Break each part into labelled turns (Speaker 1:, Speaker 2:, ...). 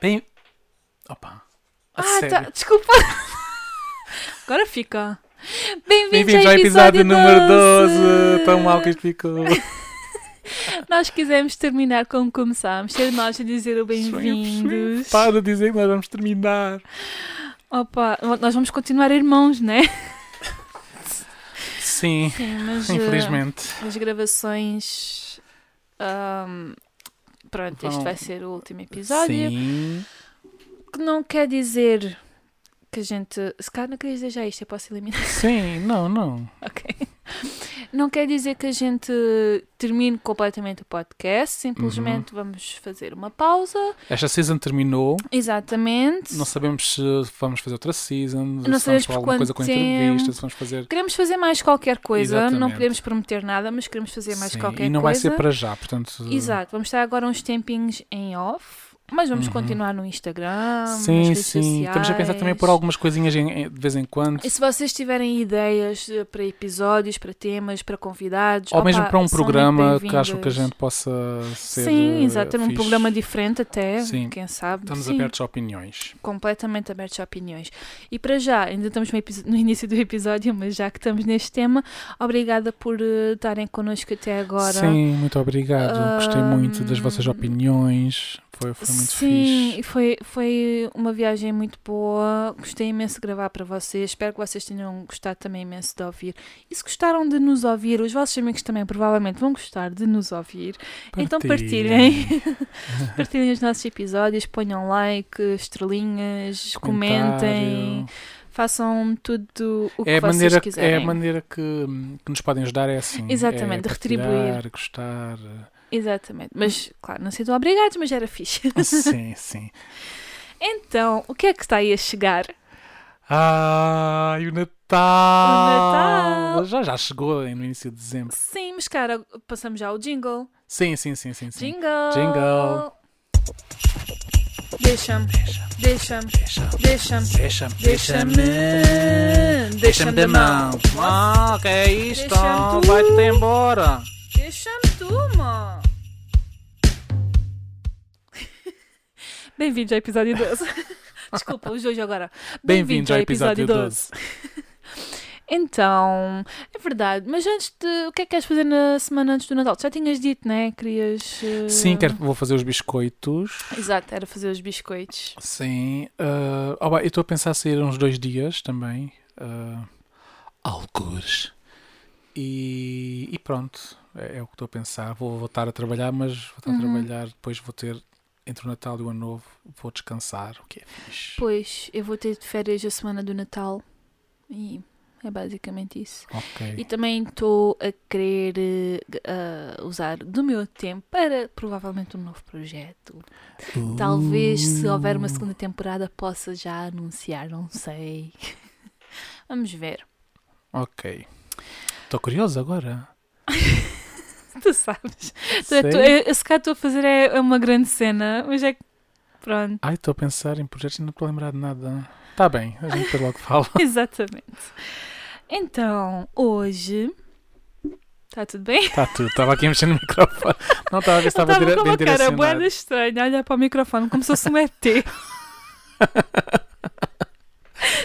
Speaker 1: Bem. Opa! A
Speaker 2: Ah,
Speaker 1: sério.
Speaker 2: tá. Desculpa. Agora fica. Bem-vindos
Speaker 1: Bem-vindos ao episódio número 12!
Speaker 2: 12.
Speaker 1: Tão mal que isto ficou!
Speaker 2: Nós quisemos terminar como começámos, ser nós a dizer o bem-vindos.
Speaker 1: Para de dizer que nós vamos terminar!
Speaker 2: Opa, nós vamos continuar irmãos, né?
Speaker 1: Sim,
Speaker 2: Sim, mas. eh,
Speaker 1: infelizmente.
Speaker 2: as gravações. ahm, pronto, este
Speaker 1: Vão-
Speaker 2: vai ser o último episódio.
Speaker 1: Sim.
Speaker 2: Que não quer dizer que a gente. Se calhar não queria dizer já isto, eu posso eliminar.
Speaker 1: Sim, não, não.
Speaker 2: Ok. Não quer dizer que a gente termine completamente o podcast, simplesmente
Speaker 1: Uhum.
Speaker 2: vamos fazer uma pausa.
Speaker 1: Esta season terminou.
Speaker 2: Exatamente.
Speaker 1: Não sabemos se vamos fazer outra season,
Speaker 2: Não
Speaker 1: se vamos
Speaker 2: sabemos por
Speaker 1: fazer alguma coisa com
Speaker 2: quanto
Speaker 1: entrevistas,
Speaker 2: tempo.
Speaker 1: se vamos fazer.
Speaker 2: Queremos fazer mais qualquer coisa, não
Speaker 1: Exatamente.
Speaker 2: podemos prometer nada, mas queremos fazer mais
Speaker 1: Sim,
Speaker 2: qualquer
Speaker 1: e não vai
Speaker 2: coisa.
Speaker 1: ser para já, portanto.
Speaker 2: Exato, vamos estar agora uns tempinhos em off, mas vamos
Speaker 1: Uhum.
Speaker 2: continuar no Instagram. nas
Speaker 1: Sim,
Speaker 2: redes
Speaker 1: sim. Estamos a pensar também
Speaker 2: sociais.
Speaker 1: por algumas coisinhas em- em- de vez em quando.
Speaker 2: E se vocês tiverem ideias eh, para episódios, para temas, para convidados,
Speaker 1: Ou mesmo
Speaker 2: Tipo, opa,
Speaker 1: para um
Speaker 2: são muito
Speaker 1: programa que acho que a
Speaker 2: bem-vindas.
Speaker 1: gente possa ser.
Speaker 2: Sim,
Speaker 1: eh,
Speaker 2: exato, ter um
Speaker 1: fixe.
Speaker 2: programa diferente até,
Speaker 1: Sim.
Speaker 2: quem sabe.
Speaker 1: Estamos
Speaker 2: Sim,
Speaker 1: abertos a opiniões.
Speaker 2: Completamente abertos a opiniões. E para já, ainda estamos no, episo- no início do episódio, mas já que estamos neste tema, obrigada por eh, estarem connosco até agora.
Speaker 1: Sim, muito obrigado. Gostei muito das
Speaker 2: Ahm,
Speaker 1: vossas opiniões. Foi, foi muito
Speaker 2: Sim,
Speaker 1: fixe.
Speaker 2: e foi, foi uma viagem muito boa. Gostei imenso de gravar para vocês. Espero que vocês tenham gostado também imenso de ouvir. E se gostaram de nos ouvir, os vossos amigos também provavelmente vão gostar de nos ouvir. Então partilhem. Partilhem os nossos episódios, ponham like, estrelinhas, comentem,
Speaker 1: Comentário.
Speaker 2: façam tudo o que
Speaker 1: É a,
Speaker 2: vocês
Speaker 1: maneira,
Speaker 2: quiserem.
Speaker 1: é a maneira que, que nos podem ajudar, é assim.
Speaker 2: Exatamente, de
Speaker 1: é partilhar,
Speaker 2: retribuir.
Speaker 1: gostar.
Speaker 2: Exatamente. Mas, claro, não sinto obrigados, mas era fixe.
Speaker 1: eh, Sim, sim.
Speaker 2: Então, o que é que está aí a chegar?
Speaker 1: Ai, o Natal!
Speaker 2: O Natal!
Speaker 1: Já, já chegou no início de dezembro.
Speaker 2: Sim, mas cara, passamos já ao jingle.
Speaker 1: Sim, sim, sim, sim. sim.
Speaker 2: Jingle!
Speaker 1: Jingle.
Speaker 2: Deixa-me, deixa-me, deixa-me,
Speaker 1: Deixa-me,
Speaker 2: deixa-me,
Speaker 1: deixa-me da mão. Ah, que é isto?
Speaker 2: Deixa-me tu.
Speaker 1: Vai-te embora.
Speaker 2: Deixa-me tu, mó. Bem-vindos ao episódio 12. Desculpa, os dois agora.
Speaker 1: Bem-vindos ao episódio 12.
Speaker 2: Então, é verdade, mas antes de. O que é que queres fazer na semana antes do Natal? Tu Já tinhas dito, né? Querias. eh,
Speaker 1: Sim, quero, vou fazer os biscoitos.
Speaker 2: Exato, era fazer os biscoitos.
Speaker 1: Sim. ah, ó, bah, eu estou a pensar sair uns dois dias também. ah, algures. E, e pronto. É, é o que estou a pensar. Vou voltar a trabalhar, mas vou estar
Speaker 2: Uhum.
Speaker 1: a trabalhar. Depois vou ter. Entre o Natal e o Ano Novo, vou descansar. O que é fixe.
Speaker 2: Pois, eu vou ter de férias a semana do Natal e é basicamente isso. E
Speaker 1: Ok.
Speaker 2: também estou a querer eh, g- ah, usar do meu tempo para provavelmente um novo projeto. Talvez
Speaker 1: Uh.
Speaker 2: se houver
Speaker 1: Hum,
Speaker 2: uma segunda temporada possa já anunciar, não sei. Vamos ver.
Speaker 1: Ok. Estou curioso agora.
Speaker 2: Tu sabes. Tu,
Speaker 1: Sei.
Speaker 2: tu, eu, eu, se calhar estou a fazer é, é uma grande cena, mas é que. Pronto,
Speaker 1: Ai, estou a pensar em projetos e não estou a lembrar de nada. Está bem, a gente depois logo fala.
Speaker 2: exatamente. Então, hoje. Está tudo bem?
Speaker 1: Está Tá tudo, estava aqui mexendo no microfone. Não, estava a ver se
Speaker 2: Ele
Speaker 1: estava dire-
Speaker 2: com
Speaker 1: bem
Speaker 2: uma cara boeda
Speaker 1: direcionado.
Speaker 2: estranha, olha para o microfone como se fosse um ET.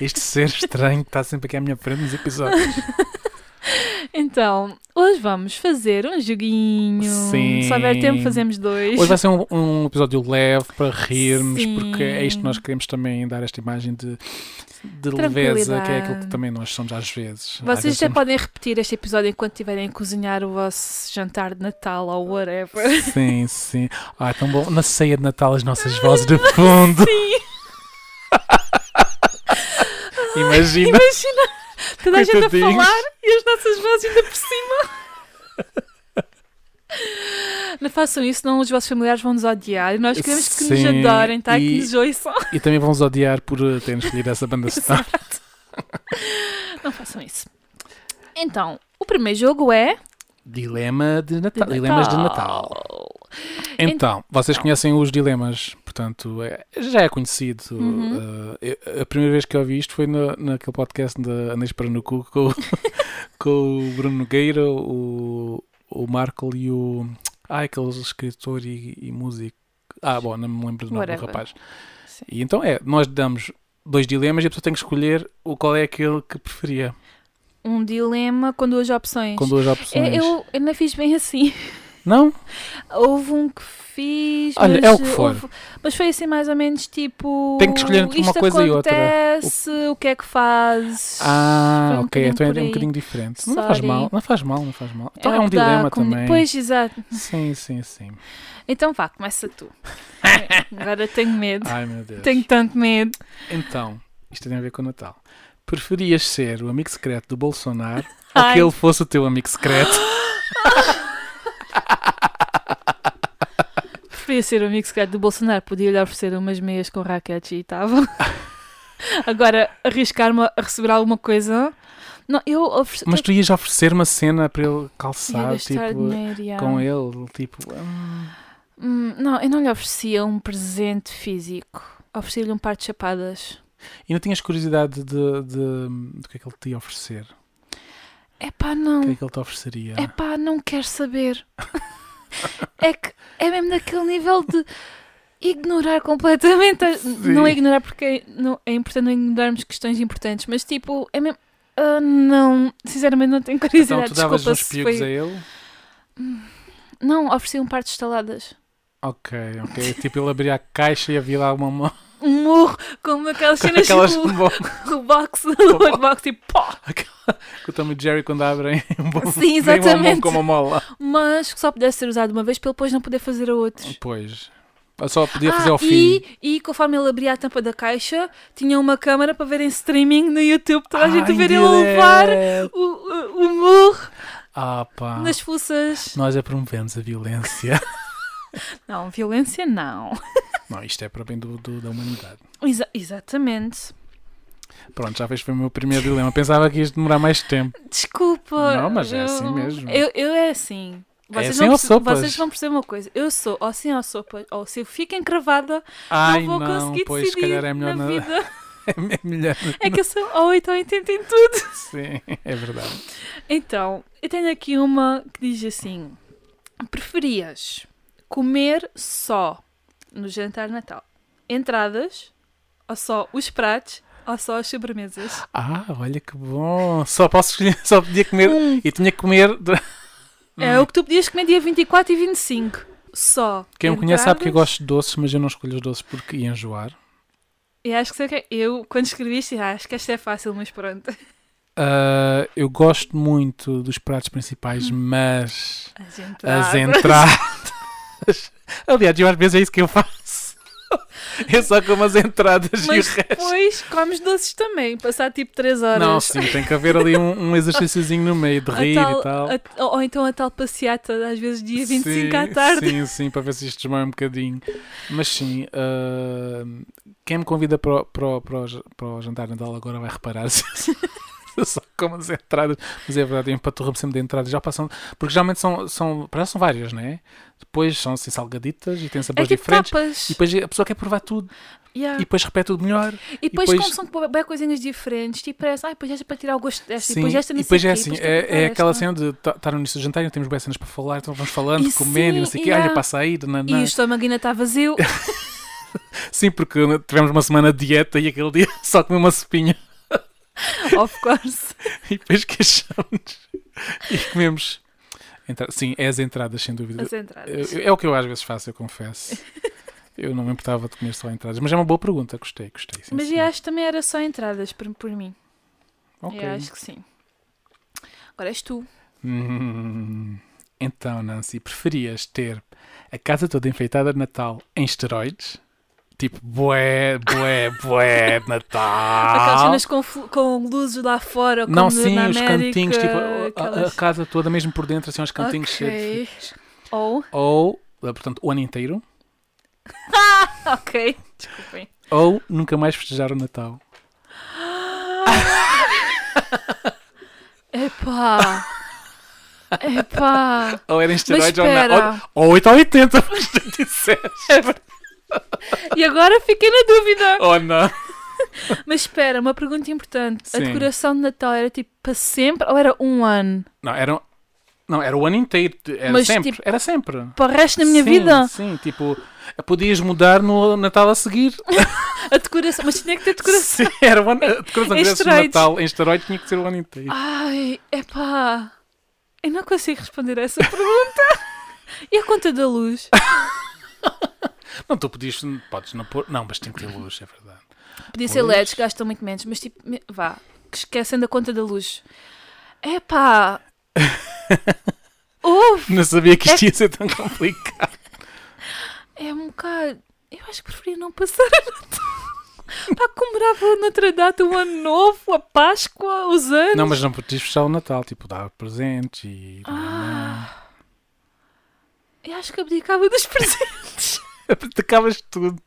Speaker 1: Este ser estranho que está sempre aqui à minha frente nos episódios.
Speaker 2: Então, hoje vamos fazer um joguinho.
Speaker 1: Sim.
Speaker 2: Se houver tempo, fazemos dois.
Speaker 1: Hoje vai ser um, um episódio leve para rirmos,
Speaker 2: Sim.
Speaker 1: porque é isto que nós queremos também dar esta imagem de, de leveza, que é aquilo que também nós somos às vezes. Às
Speaker 2: Vocês
Speaker 1: vezes
Speaker 2: já
Speaker 1: somos-
Speaker 2: podem repetir este episódio enquanto estiverem a cozinhar o vosso jantar de Natal ou whatever.
Speaker 1: Sim, sim. Ah, é tão bom. Na ceia de Natal, as nossas vozes de fundo. Imagina.
Speaker 2: Imagina toda a gente a
Speaker 1: Coitadinhos.
Speaker 2: falar e as nossas vozes ainda por cima. Não façam isso, senão os vossos familiares vão nos odiar. E Nós queremos que nos
Speaker 1: Sim,
Speaker 2: adorem, tá?
Speaker 1: e-
Speaker 2: Que nos ouçam.
Speaker 1: E também vão nos odiar por eh, terem escolhido essa banda sonora.
Speaker 2: Não façam isso. Então, o primeiro jogo é.
Speaker 1: Dilema de Natal. Dilemas Tá, de Natal. Então, vocês conhecem os dilemas, portanto, é- já é conhecido.
Speaker 2: Uhum.
Speaker 1: Eh, eu- a primeira vez que eu ouvi isto foi na, naquele podcast da Anês Paranucu com, o- com o Bruno Nogueira, o, o Marco e o. Ah, aquele escritor e, e músico. Ah, bom, não me lembro do nome do
Speaker 2: Whatever.
Speaker 1: rapaz.
Speaker 2: Sim.
Speaker 1: E então é, nós damos dois dilemas e a pessoa tem que escolher o qual é aquele que preferia,
Speaker 2: Um dilema com duas opções.
Speaker 1: com duas opções.
Speaker 2: É, Eu, eu não fiz bem assim.
Speaker 1: Não?
Speaker 2: Houve um que fiz.
Speaker 1: Olha,
Speaker 2: mas,
Speaker 1: é o que for.
Speaker 2: houve- mas foi assim, mais ou menos tipo.
Speaker 1: Tem que escolher entre uma
Speaker 2: isto
Speaker 1: coisa e outra.
Speaker 2: acontece, o que é que fazes?
Speaker 1: Ah,
Speaker 2: Foi um
Speaker 1: ok,
Speaker 2: bocadinho
Speaker 1: então é
Speaker 2: por
Speaker 1: um
Speaker 2: aí.
Speaker 1: bocadinho diferente. Não faz
Speaker 2: Sorry.
Speaker 1: mal, não faz mal, não faz mal. Então é,
Speaker 2: o
Speaker 1: um
Speaker 2: que dá
Speaker 1: dilema
Speaker 2: com-
Speaker 1: também.
Speaker 2: Pois, exato.
Speaker 1: Sim, sim, sim.
Speaker 2: Então vá, começa tu. Agora tenho medo.
Speaker 1: Ai meu Deus.
Speaker 2: Tenho tanto medo.
Speaker 1: Então, isto tem a ver com o Natal. Preferias ser o amigo secreto do Bolsonaro ou
Speaker 2: Ai.
Speaker 1: que ele fosse o teu amigo secreto?
Speaker 2: Preferia ser o amigo secreto do Bolsonaro. Podia-lhe oferecer umas meias com raquetes e estava. Agora, arriscar-me a receber alguma coisa. Não, eu ofereci.
Speaker 1: Mas tu ias oferecer uma cena para ele
Speaker 2: Ia
Speaker 1: calçar,
Speaker 2: gastar
Speaker 1: tipo,
Speaker 2: dinheiro, já.
Speaker 1: com ele, tipo, hum,
Speaker 2: Hum, não, eu não lhe oferecia um presente físico. Ofereci-lhe um par de chapadas.
Speaker 1: E não tinhas curiosidade de, de- do que é que ele te ia oferecer?
Speaker 2: Epá,
Speaker 1: O que
Speaker 2: não.
Speaker 1: é que ele te ofereceria?
Speaker 2: Epá, não quero saber. é que é mesmo daquele nível de ignorar completamente. a-
Speaker 1: Sim.
Speaker 2: Não é ignorar porque é, não- é importante não ignorarmos questões importantes, mas tipo, é mesmo. ah, não, sinceramente não tenho
Speaker 1: então
Speaker 2: curiosidade.
Speaker 1: tu davas
Speaker 2: Desculpa
Speaker 1: uns
Speaker 2: se
Speaker 1: piugos
Speaker 2: foi...
Speaker 1: a ele?
Speaker 2: Não, ofereci um par de estaladas.
Speaker 1: Ok, ok. tipo, ele abria a caixa e havia lá uma mão.
Speaker 2: Um murro, como aquelas
Speaker 1: com
Speaker 2: cenas
Speaker 1: aquelas
Speaker 2: tipo,
Speaker 1: bombas
Speaker 2: o box, o box, tipo, pá!
Speaker 1: que o Tom e Jerry quando abrem um bom,
Speaker 2: Sim,
Speaker 1: vem uma mão
Speaker 2: exatamente.
Speaker 1: com uma mola.
Speaker 2: mas que só pudesse ser usado uma vez para ele depois não poder fazer a outros.
Speaker 1: Pois. Eu só podia fazer
Speaker 2: Ah,
Speaker 1: ao fim.
Speaker 2: e, e conforme ele abria a tampa da caixa, tinha uma câmara para ver em streaming no YouTube, toda a gente a ver ele levar o, o, o murro
Speaker 1: Ah, pá.
Speaker 2: nas fuças.
Speaker 1: Nós é promovemos a violência.
Speaker 2: Não, violência não.
Speaker 1: não, isto é para bem do, do- da humanidade.
Speaker 2: Exa- exatamente.
Speaker 1: Pronto, já fez foi o meu primeiro dilema. Pensava que ias demorar mais tempo.
Speaker 2: Desculpa.
Speaker 1: Não, mas é assim
Speaker 2: eu-
Speaker 1: mesmo.
Speaker 2: Eu, eu é assim. Vocês,
Speaker 1: assim
Speaker 2: vão
Speaker 1: ou
Speaker 2: perce-
Speaker 1: sopas?
Speaker 2: vocês vão perceber uma coisa. Eu sou ou sim ou sopa, ou se eu fico encravada,
Speaker 1: Ai, não,
Speaker 2: não vou conseguir
Speaker 1: pois se
Speaker 2: decidir
Speaker 1: calhar é melhor
Speaker 2: na
Speaker 1: na-
Speaker 2: vida.
Speaker 1: É melhor.
Speaker 2: É que eu sou ou 8 ou 80 em tudo.
Speaker 1: Sim, é verdade.
Speaker 2: Então, eu tenho aqui uma que diz assim: preferias comer só no jantar de Natal entradas, ou só os pratos, ou só as sobremesas?
Speaker 1: Ah, olha que bom. Só posso escolher, só podia comer.
Speaker 2: Um,
Speaker 1: E tinha que comer. dura-
Speaker 2: é o que tu podias comer dia 24 e 25. Só.
Speaker 1: Quem me conhece sabe que eu
Speaker 2: entradas.
Speaker 1: gosto de doces, mas eu não escolho os doces porque ia enjoar.
Speaker 2: Eu acho que sei que eu, quando escrevi isto, ah, acho que esta é fácil, mas pronto.
Speaker 1: Ah, eu gosto muito dos pratos principais,
Speaker 2: Hum.
Speaker 1: mas
Speaker 2: As
Speaker 1: as
Speaker 2: entradas.
Speaker 1: entradas. Aliás, eu às vezes é isso que eu faço. Eu só como as entradas e o
Speaker 2: Mas
Speaker 1: resto.
Speaker 2: depois comes doces também, passar tipo 3 horas.
Speaker 1: Não, sim, tem que haver ali um, um exercíciozinho no meio de
Speaker 2: A
Speaker 1: rir
Speaker 2: tal-
Speaker 1: e tal.
Speaker 2: a- ou então a tal passeata, às vezes dia 25
Speaker 1: sim,
Speaker 2: à tarde.
Speaker 1: Sim, sim, para ver se isto desmaia um bocadinho. Mas sim, ah, quem me convida para o, para, o, para, o, ja- para o jantar de Natal agora vai reparar se se eu só como as entradas. Mas é verdade, eu empaturro-me sempre de entradas. Já passam, porque geralmente são, são, para já são várias, não é? Depois são assim, salgaditas e têm
Speaker 2: É
Speaker 1: sabores
Speaker 2: tipo
Speaker 1: diferentes.
Speaker 2: tapas.
Speaker 1: E depois a pessoa quer provar tudo
Speaker 2: Yeah.
Speaker 1: e depois repete tudo melhor.
Speaker 2: E depois,
Speaker 1: depois-
Speaker 2: como são bem coisinhas diferentes, tipo, parece, ai, depois esta é para tirar o gosto desta,
Speaker 1: Sim,
Speaker 2: e depois esta não
Speaker 1: e depois
Speaker 2: sei
Speaker 1: é
Speaker 2: o quê,
Speaker 1: assim,
Speaker 2: depois tem que
Speaker 1: é, é
Speaker 2: tirar
Speaker 1: aquela
Speaker 2: esta.
Speaker 1: cena de estar no início do jantar e não temos bem cenas para falar, então vamos falando,
Speaker 2: E
Speaker 1: comendo e não
Speaker 2: sim,
Speaker 1: sei o quê.
Speaker 2: yeah.
Speaker 1: Olha, passa aí, nananã.
Speaker 2: E o estômago ainda está vazio.
Speaker 1: Sim, porque tivemos uma semana de dieta e aquele dia só comi uma sopinha
Speaker 2: of course.
Speaker 1: e depois queixamos e comemos. Entra- Sim, é as entradas, sem dúvida.
Speaker 2: As entradas.
Speaker 1: Eu- eu- É o que eu às vezes faço, eu confesso. Eu não me importava de comer só entradas, mas é uma boa pergunta, gostei, gostei. sim,
Speaker 2: Mas
Speaker 1: senhor.
Speaker 2: eu acho que também era só entradas, por, por mim.
Speaker 1: Ok.
Speaker 2: Eu acho que sim. Agora és tu.
Speaker 1: Hum, então, Nancy, preferias ter a casa toda enfeitada de Natal em esteroides? Tipo, bué, bué, bué, de
Speaker 2: Aquelas
Speaker 1: Natal.
Speaker 2: cenas com, flu- com luzes lá fora, como
Speaker 1: Ah. Não,
Speaker 2: na-
Speaker 1: sim,
Speaker 2: na
Speaker 1: os
Speaker 2: América,
Speaker 1: cantinhos, tipo, a- a- a,
Speaker 2: aquelas-
Speaker 1: casa toda, mesmo por dentro, assim, os cantinhos
Speaker 2: Ok.
Speaker 1: cheios. de-
Speaker 2: Ou,
Speaker 1: Ou, eh, portanto, o ano inteiro,
Speaker 2: ok, desculpem.
Speaker 1: ou nunca mais festejar o Natal.
Speaker 2: Epá! Epá!
Speaker 1: Ou era em esteroides ou
Speaker 2: espera. É
Speaker 1: na, ou, ou 8 ou 80, mas tu disseste.
Speaker 2: E agora fiquei na dúvida!
Speaker 1: ou não.
Speaker 2: Mas espera, uma pergunta importante. A
Speaker 1: Sim.
Speaker 2: decoração de Natal era tipo para sempre ou era um ano?
Speaker 1: Não, eram. Não, era o ano inteiro. Era
Speaker 2: Mas,
Speaker 1: sempre.
Speaker 2: tipo,
Speaker 1: era sempre.
Speaker 2: Para o resto da minha
Speaker 1: Sim,
Speaker 2: vida.
Speaker 1: Sim, tipo, podias mudar no Natal a seguir.
Speaker 2: A decoração. Mas tinha que ter decoração.
Speaker 1: Sim, era o ano, a decoração que
Speaker 2: Em
Speaker 1: tivesse no
Speaker 2: esteroides.
Speaker 1: Natal em esteroide tinha que ser o ano inteiro.
Speaker 2: Ai, epá. Eu não consigo responder a essa pergunta. E a conta da luz? Ah.
Speaker 1: Não, tu podias, podes não pôr. Não, mas tem que ter luz, é verdade.
Speaker 2: Podia ser
Speaker 1: Pois.
Speaker 2: LEDs, gastam muito menos, mas tipo, me- vá, que esquecem da conta da luz. Epá. Houve.
Speaker 1: Não sabia que isto
Speaker 2: É-
Speaker 1: ia ser tão complicado.
Speaker 2: É um bocado. Eu acho que preferia não passar a Natal. Pá, comemorava noutra data o Ano Novo, a Páscoa, os anos.
Speaker 1: Não, mas não podias fechar o Natal, tipo, dar presentes e.
Speaker 2: Ah. Eu acho que abdicava dos presentes.
Speaker 1: Atacavas tudo.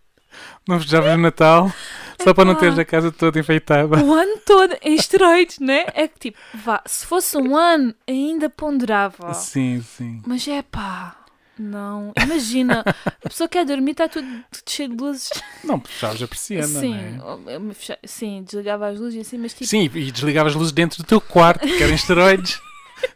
Speaker 1: Não fechavas o Natal só para não
Speaker 2: Epá.
Speaker 1: teres a casa toda enfeitada.
Speaker 2: o ano todo em esteroides, né? É que tipo, vá, se fosse um ano ainda ponderava.
Speaker 1: Sim, sim.
Speaker 2: Mas é pá. Não, imagina, a pessoa quer dormir, está tudo, tudo cheio de luzes.
Speaker 1: Não, porque estavas apreciando,
Speaker 2: sim,
Speaker 1: não é?
Speaker 2: eu me fecha- sim, desligava as luzes e assim, mas tipo,
Speaker 1: Sim, e desligavas as luzes dentro do teu quarto, que eram esteroides.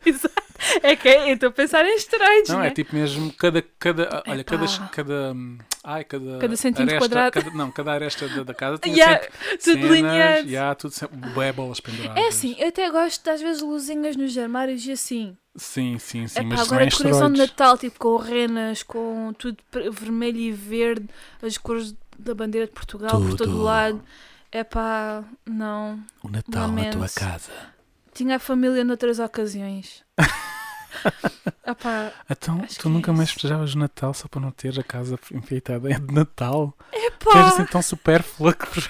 Speaker 2: exato. É que é, eu estou a pensar em esteroides,
Speaker 1: Não,
Speaker 2: né?
Speaker 1: é tipo mesmo cada. cada ah, olha, cada,
Speaker 2: Epá.
Speaker 1: cada. hum, Ai, cada.
Speaker 2: Cada centímetro
Speaker 1: aresta-
Speaker 2: quadrado.
Speaker 1: cada- não, cada aresta da, da casa tinha
Speaker 2: Yeah,
Speaker 1: sempre
Speaker 2: tudo
Speaker 1: cenas,
Speaker 2: delineado.
Speaker 1: yeah, tudo sempre. Bué bolas penduradas.
Speaker 2: É assim, eu até gosto às vezes de luzinhas nos armários e assim.
Speaker 1: Sim, sim, sim.
Speaker 2: É
Speaker 1: mas
Speaker 2: pá,
Speaker 1: isso não
Speaker 2: agora
Speaker 1: é
Speaker 2: a decoração de
Speaker 1: esteroides.
Speaker 2: Natal, tipo com renas, com tudo pre- vermelho e verde, as cores da bandeira de Portugal por todo
Speaker 1: Tudo.
Speaker 2: o lado. É pá, não.
Speaker 1: O Natal na tua
Speaker 2: Lamento.
Speaker 1: casa.
Speaker 2: Tinha a família noutras ocasiões. Epá,
Speaker 1: Então,
Speaker 2: Acho
Speaker 1: tu
Speaker 2: que é
Speaker 1: nunca mais
Speaker 2: isso.
Speaker 1: festejavas o Natal só para não teres a casa enfeitada é de Natal? Tu és assim
Speaker 2: epá,
Speaker 1: tão supérflua que pre-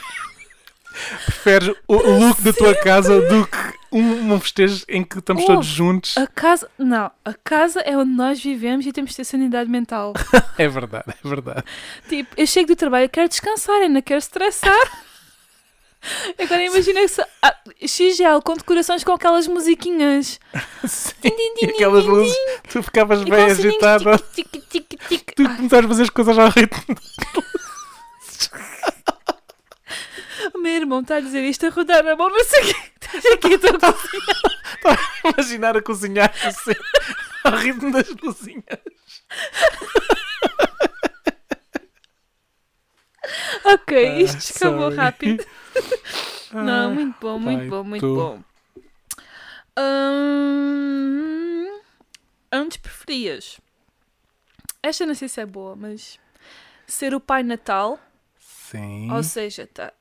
Speaker 1: preferes o o look da tua casa do que um, um festejo em que estamos todos
Speaker 2: Ouve,
Speaker 1: juntos.
Speaker 2: a casa, não, a casa é onde nós vivemos e temos de ter sanidade mental.
Speaker 1: É verdade, é verdade.
Speaker 2: Tipo, eu chego do trabalho, eu quero descansar, eu não quero estressar. Agora imagina que se, ah, XGL com decorações com aquelas musiquinhas.
Speaker 1: Sim,
Speaker 2: din,
Speaker 1: e aquelas
Speaker 2: din,
Speaker 1: luzes, tu ficavas
Speaker 2: E
Speaker 1: bem
Speaker 2: com sininhos,
Speaker 1: agitada,
Speaker 2: Tic, tic, tic.
Speaker 1: tu
Speaker 2: Ah,
Speaker 1: começaste a fazer as coisas ao ritmo.
Speaker 2: o meu irmão está a dizer isto a rodar a mão, não sei o quê. Estás aqui, estou a cozinhar.
Speaker 1: Imaginar a cozinhar assim, ao ritmo das luzinhas.
Speaker 2: Ok, É isto escapou
Speaker 1: Ah, sorry.
Speaker 2: rápido. Não,
Speaker 1: Ah,
Speaker 2: muito bom,
Speaker 1: vai,
Speaker 2: muito bom, muito
Speaker 1: tu.
Speaker 2: bom. Hum, antes preferias? Esta não sei se é boa, mas ser o Pai Natal,
Speaker 1: Sim.
Speaker 2: ou seja, tá-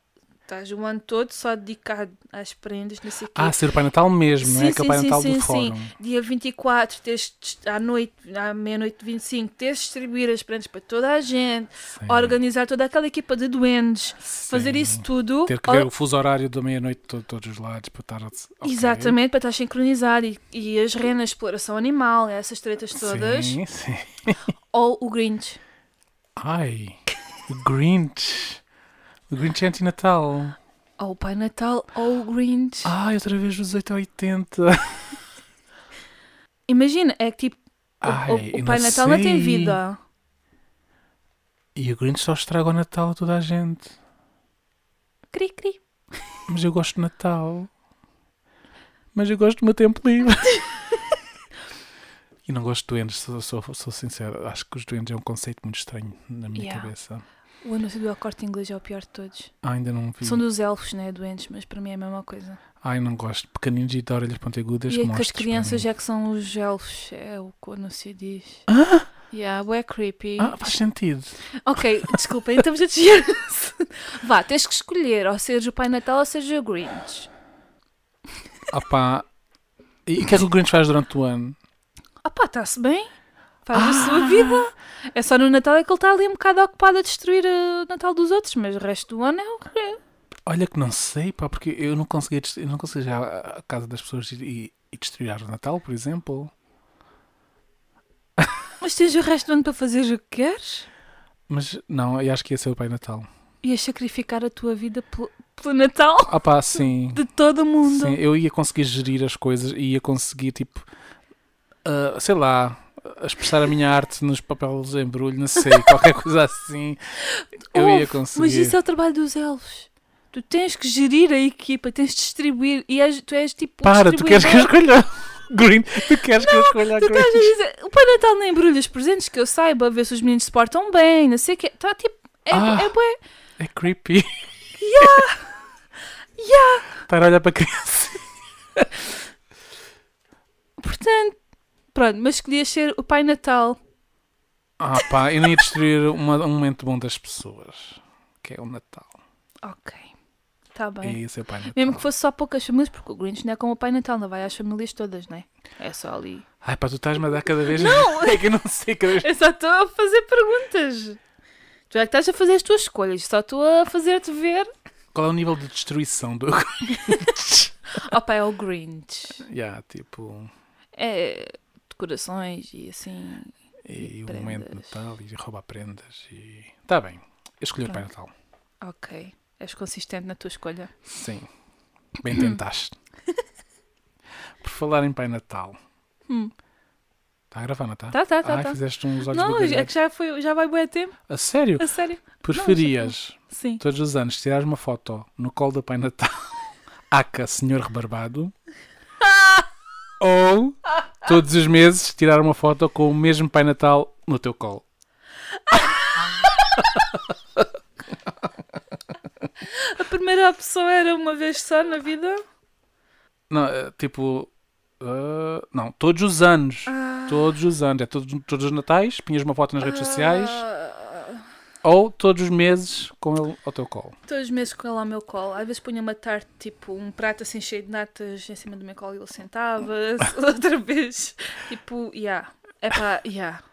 Speaker 2: estás o ano todo só dedicado às prendas, não sei o quê.
Speaker 1: Ah, ser o Pai Natal mesmo, não é?
Speaker 2: Sim,
Speaker 1: Que é o
Speaker 2: sim,
Speaker 1: Pai
Speaker 2: sim,
Speaker 1: Natal
Speaker 2: sim,
Speaker 1: do fórum.
Speaker 2: Dia 24, teres de- à noite, à meia-noite 25, teres de distribuir as prendas para toda a gente,
Speaker 1: Sim.
Speaker 2: organizar toda aquela equipa de duendes, fazer
Speaker 1: Sim.
Speaker 2: isso tudo.
Speaker 1: Ter que
Speaker 2: or-
Speaker 1: ver o fuso horário da meia-noite de todos os lados para estar. ok.
Speaker 2: Exatamente, para estar sincronizado e, e as renas, exploração animal, essas tretas todas.
Speaker 1: Sim, sim.
Speaker 2: Ou o Grinch.
Speaker 1: Ai, o Grinch. O Grinch é antinatal.
Speaker 2: Ou o Pai Natal, ou o Grinch.
Speaker 1: Ai, outra vez dos 8 a 80.
Speaker 2: Imagina, é que tipo, o-
Speaker 1: Ai,
Speaker 2: o, o
Speaker 1: eu
Speaker 2: Pai Natal não tem
Speaker 1: sei.
Speaker 2: vida.
Speaker 1: E o Grinch só estraga o Natal a toda a gente.
Speaker 2: Cri, cri.
Speaker 1: Mas eu gosto de Natal. Mas eu gosto do meu tempo livre. e não gosto de doentes, sou, sou, sou sincero. Acho que os doentes é um conceito muito estranho na minha
Speaker 2: Yeah.
Speaker 1: cabeça.
Speaker 2: O anúncio do acorde inglês é o pior de todos.
Speaker 1: Ah, ainda não vi.
Speaker 2: São dos elfos, né? Doentes, mas para mim é a mesma coisa.
Speaker 1: Ai, não gosto. Pequeninos e de orelhas pontiagudas.
Speaker 2: e é que as
Speaker 1: monstros para
Speaker 2: crianças
Speaker 1: mim.
Speaker 2: é que são os elfos. É o que o anúncio diz.
Speaker 1: Ah,
Speaker 2: Yeah, é creepy.
Speaker 1: ah, faz sentido.
Speaker 2: Ok, desculpa, estamos a desviar. Vá, tens que escolher, ou seja o Pai Natal ou seja o Grinch.
Speaker 1: Opá. Ah, E o que é que o Grinch faz durante o ano?
Speaker 2: Ah pá, está-se bem. Faz a sua vida. É só no Natal é que ele está ali um bocado ocupado a destruir eh, o Natal dos outros, mas o resto do ano é o rei.
Speaker 1: Olha que não sei, pá, porque eu não conseguia, dest- eu não conseguia chegar à à casa das pessoas e, e destruir a árvore de Natal, por exemplo.
Speaker 2: Mas tens o resto do ano para fazer o que queres
Speaker 1: Mas não, eu acho que ia ser o Pai Natal.
Speaker 2: e a sacrificar a tua vida pelo, pelo Natal
Speaker 1: Ah pá, sim.
Speaker 2: de todo o mundo.
Speaker 1: Sim, eu ia conseguir gerir as coisas e ia conseguir, tipo, ah, sei lá, expressar a minha arte nos papéis de embrulho, não sei, qualquer coisa assim. Eu
Speaker 2: Ouve,
Speaker 1: ia conseguir.
Speaker 2: Mas isso é o trabalho dos elfos. Tu tens que gerir a equipa, tens de distribuir e és- tu és tipo. o
Speaker 1: Para, tu queres que eu
Speaker 2: distribuidor.
Speaker 1: escolha? Green, tu queres que eu escolha a
Speaker 2: Tu
Speaker 1: Green?
Speaker 2: estás a dizer, o Pai Natal nem embrulha os presentes que eu saiba, ver se os meninos se portam bem, não sei o quê. Está tipo. É,
Speaker 1: Ah.
Speaker 2: é bué.
Speaker 1: É creepy.
Speaker 2: Yeah.
Speaker 1: Estar a olhar para criança.
Speaker 2: Portanto, pronto, mas escolhias ser o Pai Natal.
Speaker 1: Ah pá, eu nem ia destruir uma- um momento bom das pessoas. Que é o Natal.
Speaker 2: Ok. Está bem.
Speaker 1: E esse é o Pai Natal.
Speaker 2: Mesmo que fosse só poucas famílias, porque o Grinch não é como o Pai Natal, não vai às famílias todas, não é? É só ali.
Speaker 1: Ai pá, tu estás-me a dar cada vez...
Speaker 2: Não!
Speaker 1: É que eu não sei cada vez...
Speaker 2: Eu só estou a fazer perguntas. Tu é que estás a fazer as tuas escolhas, só estou a fazer-te ver.
Speaker 1: Qual é o nível de destruição do...
Speaker 2: Opa, é o Grinch.
Speaker 1: yeah, tipo...
Speaker 2: É decorações e assim.
Speaker 1: E,
Speaker 2: E
Speaker 1: o momento de
Speaker 2: prendas.
Speaker 1: Natal e rouba prendas e... Está bem. Eu escolhi o Pai Natal.
Speaker 2: Ok. És consistente na tua escolha.
Speaker 1: Sim. Bem tentaste. Por falar em Pai Natal.
Speaker 2: Hum.
Speaker 1: Está a gravar, não está?
Speaker 2: Tá, tá, tá.
Speaker 1: Ai,
Speaker 2: tá.
Speaker 1: fizeste uns olhos
Speaker 2: Não, é
Speaker 1: bugalhados.
Speaker 2: que já, foi, já vai bué tempo.
Speaker 1: A sério?
Speaker 2: A sério.
Speaker 1: Preferias
Speaker 2: Sim.
Speaker 1: todos os anos tirares uma foto no colo do Pai Natal, aca Senhor Rebarbado, ou todos os meses tirar uma foto com o mesmo Pai Natal no teu colo?
Speaker 2: A primeira pessoa era uma vez só na vida.
Speaker 1: Não, eh, tipo. eh, não, todos os anos.
Speaker 2: Ah.
Speaker 1: Todos os anos. É todos, todos os natais, pinhas uma foto nas redes sociais.
Speaker 2: Ah,
Speaker 1: Ou todos os meses com ele ao teu colo.
Speaker 2: Todos os meses com ele ao meu colo. Às vezes punha uma tarte, tipo, um prato assim cheio de natas em cima do meu colo e ele sentava-se. Outra vez, tipo, yeah. É pá, yeah.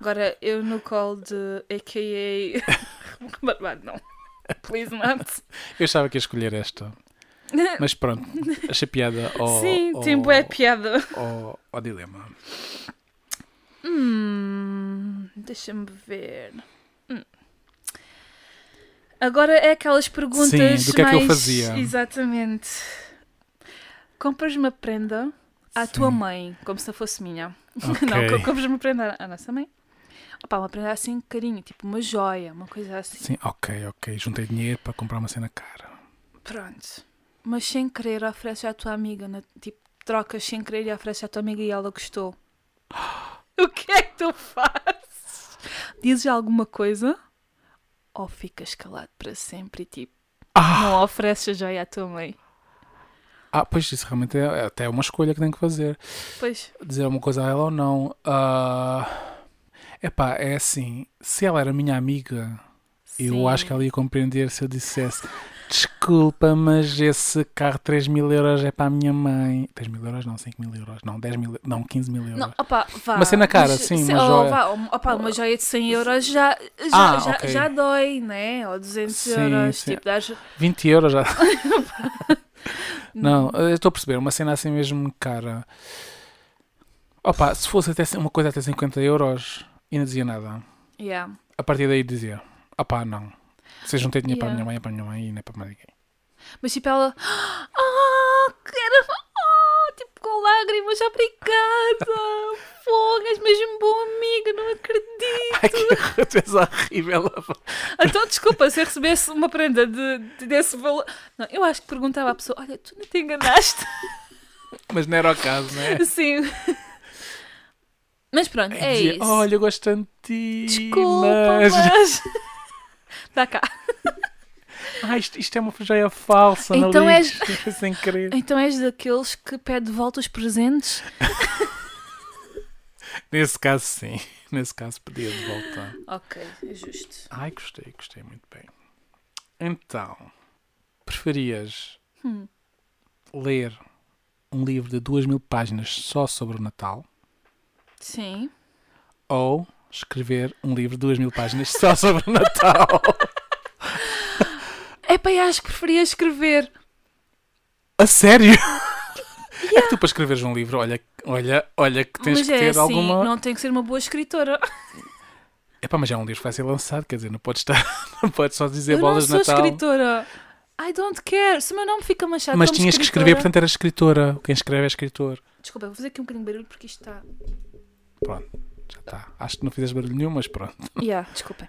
Speaker 2: Agora, eu no colo de a.k.a. Barbado, não. Please not.
Speaker 1: Eu achava que ia escolher esta. Mas pronto, achei piada ao,
Speaker 2: Sim,
Speaker 1: ao,
Speaker 2: tempo é piada.
Speaker 1: ao- ao dilema.
Speaker 2: Hum, deixa-me ver. Hum. Agora é aquelas perguntas
Speaker 1: Sim, do que é que eu
Speaker 2: mais-
Speaker 1: fazia?
Speaker 2: Exatamente. Compras uma prenda à
Speaker 1: Sim.
Speaker 2: tua mãe, como se não fosse minha.
Speaker 1: Ok.
Speaker 2: Não, co- compras uma prenda à nossa mãe. Opa, uma prenda assim de carinho, tipo uma joia, uma coisa assim.
Speaker 1: Sim, ok, ok. Juntei dinheiro para comprar uma cena cara.
Speaker 2: Pronto. Mas sem querer ofereces à tua amiga, na- tipo, trocas sem querer e ofereces à tua amiga e ela gostou. O que é que tu fazes? Dizes alguma coisa ou ficas calado para sempre e tipo,
Speaker 1: Ah,
Speaker 2: não ofereces a joia à tua mãe?
Speaker 1: ah pois isso realmente é é até uma escolha que tenho que fazer.
Speaker 2: Pois,
Speaker 1: Dizer alguma coisa a ela ou não. Ah, epá, é assim. Se ela era minha amiga, eu acho que ela ia compreender se eu dissesse. Desculpa, mas esse carro 3 mil euros é para a minha mãe. 3 mil euros não, 5 mil euros não, 10 mil, não, 15 mil euros.
Speaker 2: Não, opa, vá.
Speaker 1: é Uma cena cara, sim,
Speaker 2: se-
Speaker 1: uma
Speaker 2: oh,
Speaker 1: joia.
Speaker 2: vá, oh, opa, uma joia de 100 euros já, já,
Speaker 1: Ah,
Speaker 2: já,
Speaker 1: ok.
Speaker 2: já dói, né? Ou 200
Speaker 1: Sim,
Speaker 2: euros,
Speaker 1: sim.
Speaker 2: tipo, dás...
Speaker 1: 20 euros já. não, eu estou a perceber. Uma cena assim mesmo cara. Opa, se fosse até, uma coisa até 50 euros e não dizia nada.
Speaker 2: Yeah.
Speaker 1: A partir daí dizia: opá, não. Vocês não têm dinheiro para a minha
Speaker 2: Yeah.
Speaker 1: mãe, é para a minha mãe e não é para mais ninguém.
Speaker 2: Mas tipo, ela. Ah, que era. Ah, tipo, com lágrimas, obrigada! Fogo, és mesmo boa amiga, não acredito!
Speaker 1: Ai, que tu és horrível.
Speaker 2: Então, desculpa, se eu recebesse uma prenda de, de- desse valor. Não, eu acho que perguntava à pessoa: olha, tu não te enganaste?
Speaker 1: Mas não era o caso, não é?
Speaker 2: Assim. Mas pronto, é
Speaker 1: Dizia,
Speaker 2: isso.
Speaker 1: Olha, eu gosto tanto de ti.
Speaker 2: desculpa,
Speaker 1: mas-
Speaker 2: mas. Dá cá.
Speaker 1: Ah, isto, isto é uma joia falsa,
Speaker 2: Então
Speaker 1: não
Speaker 2: és-
Speaker 1: lixes, sem querer.
Speaker 2: Então és daqueles que pede de volta os presentes?
Speaker 1: Nesse caso, sim. Nesse caso, pedia de volta.
Speaker 2: Ok, é justo.
Speaker 1: Ai, gostei, gostei muito bem. Então, preferias
Speaker 2: Hum.
Speaker 1: ler um livro de duas mil páginas só sobre o Natal
Speaker 2: Sim.
Speaker 1: ou escrever um livro de duas mil páginas só sobre o Natal?
Speaker 2: Epá, eu acho que preferia escrever.
Speaker 1: A sério? É que tu para escreveres um livro, olha, olha, olha que tens
Speaker 2: mas
Speaker 1: que
Speaker 2: é
Speaker 1: ter
Speaker 2: assim,
Speaker 1: alguma.
Speaker 2: não tem que ser uma boa escritora.
Speaker 1: Epá, mas é um livro que vai ser lançado, quer dizer, não podes estar, não podes só dizer
Speaker 2: eu não
Speaker 1: bolas de
Speaker 2: sou
Speaker 1: Natal.
Speaker 2: escritora. I don't care. Se o meu nome fica manchado
Speaker 1: Mas
Speaker 2: como
Speaker 1: tinhas que
Speaker 2: escritora...
Speaker 1: escrever, portanto era escritora. Quem escreve é escritor.
Speaker 2: Desculpa, vou fazer aqui um bocadinho de barulho porque isto está...
Speaker 1: Pronto, já está. Tá, Acho que não fizeste barulho nenhum, mas pronto.
Speaker 2: Yeah, desculpem.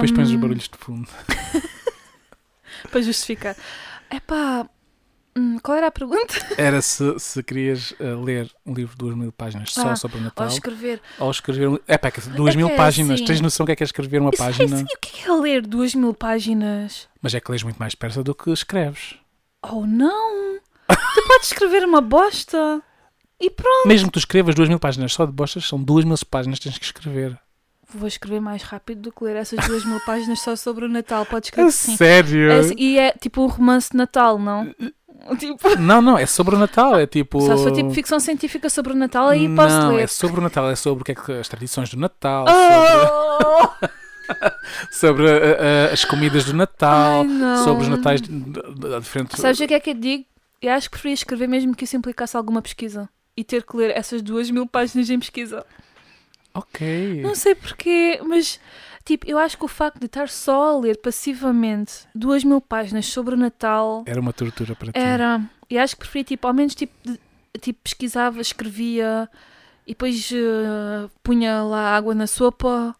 Speaker 1: Depois
Speaker 2: Hum. Um,
Speaker 1: pões os
Speaker 2: Ahm,
Speaker 1: barulhos de fundo.
Speaker 2: Para justificar. Epá, Hum, qual era a pergunta?
Speaker 1: Era se, se querias eh, ler um livro de duas mil páginas só
Speaker 2: Ah,
Speaker 1: sobre o
Speaker 2: Ou
Speaker 1: Natal,
Speaker 2: escrever.
Speaker 1: ou escrever um... É pá, que duas
Speaker 2: É
Speaker 1: mil
Speaker 2: que é
Speaker 1: páginas,
Speaker 2: assim.
Speaker 1: tens noção do que é que é escrever uma
Speaker 2: Isso,
Speaker 1: página?
Speaker 2: Sim, o que é ler duas mil páginas?
Speaker 1: Mas é que lês muito mais depressa do que escreves.
Speaker 2: Oh não! tu podes escrever uma bosta e pronto.
Speaker 1: Mesmo que tu escrevas duas mil páginas só de bostas, são duas mil páginas que tens que escrever.
Speaker 2: Vou escrever mais rápido do que ler essas duas mil páginas só sobre o Natal. Podes
Speaker 1: É
Speaker 2: escrever sim.
Speaker 1: sério?
Speaker 2: É assim, e é tipo um romance de Natal, não? Tipo,
Speaker 1: Não, não, é sobre o Natal, é tipo...
Speaker 2: só se for tipo ficção científica sobre o Natal, aí posso
Speaker 1: não,
Speaker 2: ler.
Speaker 1: é sobre o Natal, é sobre o que é que as tradições do Natal,
Speaker 2: Oh!
Speaker 1: sobre, sobre, uh, uh, as comidas do Natal,
Speaker 2: Ai, não.
Speaker 1: sobre os Natais de- de- de- diferentes.
Speaker 2: Sabes o que é que eu digo? Eu acho que preferia escrever mesmo que isso implicasse alguma pesquisa. E ter que ler essas duas mil páginas em pesquisa.
Speaker 1: Ok.
Speaker 2: Não sei porquê, mas tipo, eu acho que o facto de estar só a ler passivamente duas mil páginas sobre o Natal
Speaker 1: Era uma tortura para ti.
Speaker 2: Era. E acho que preferia, tipo, ao menos, tipo, de- tipo pesquisava, escrevia e depois eh, punha lá água na sopa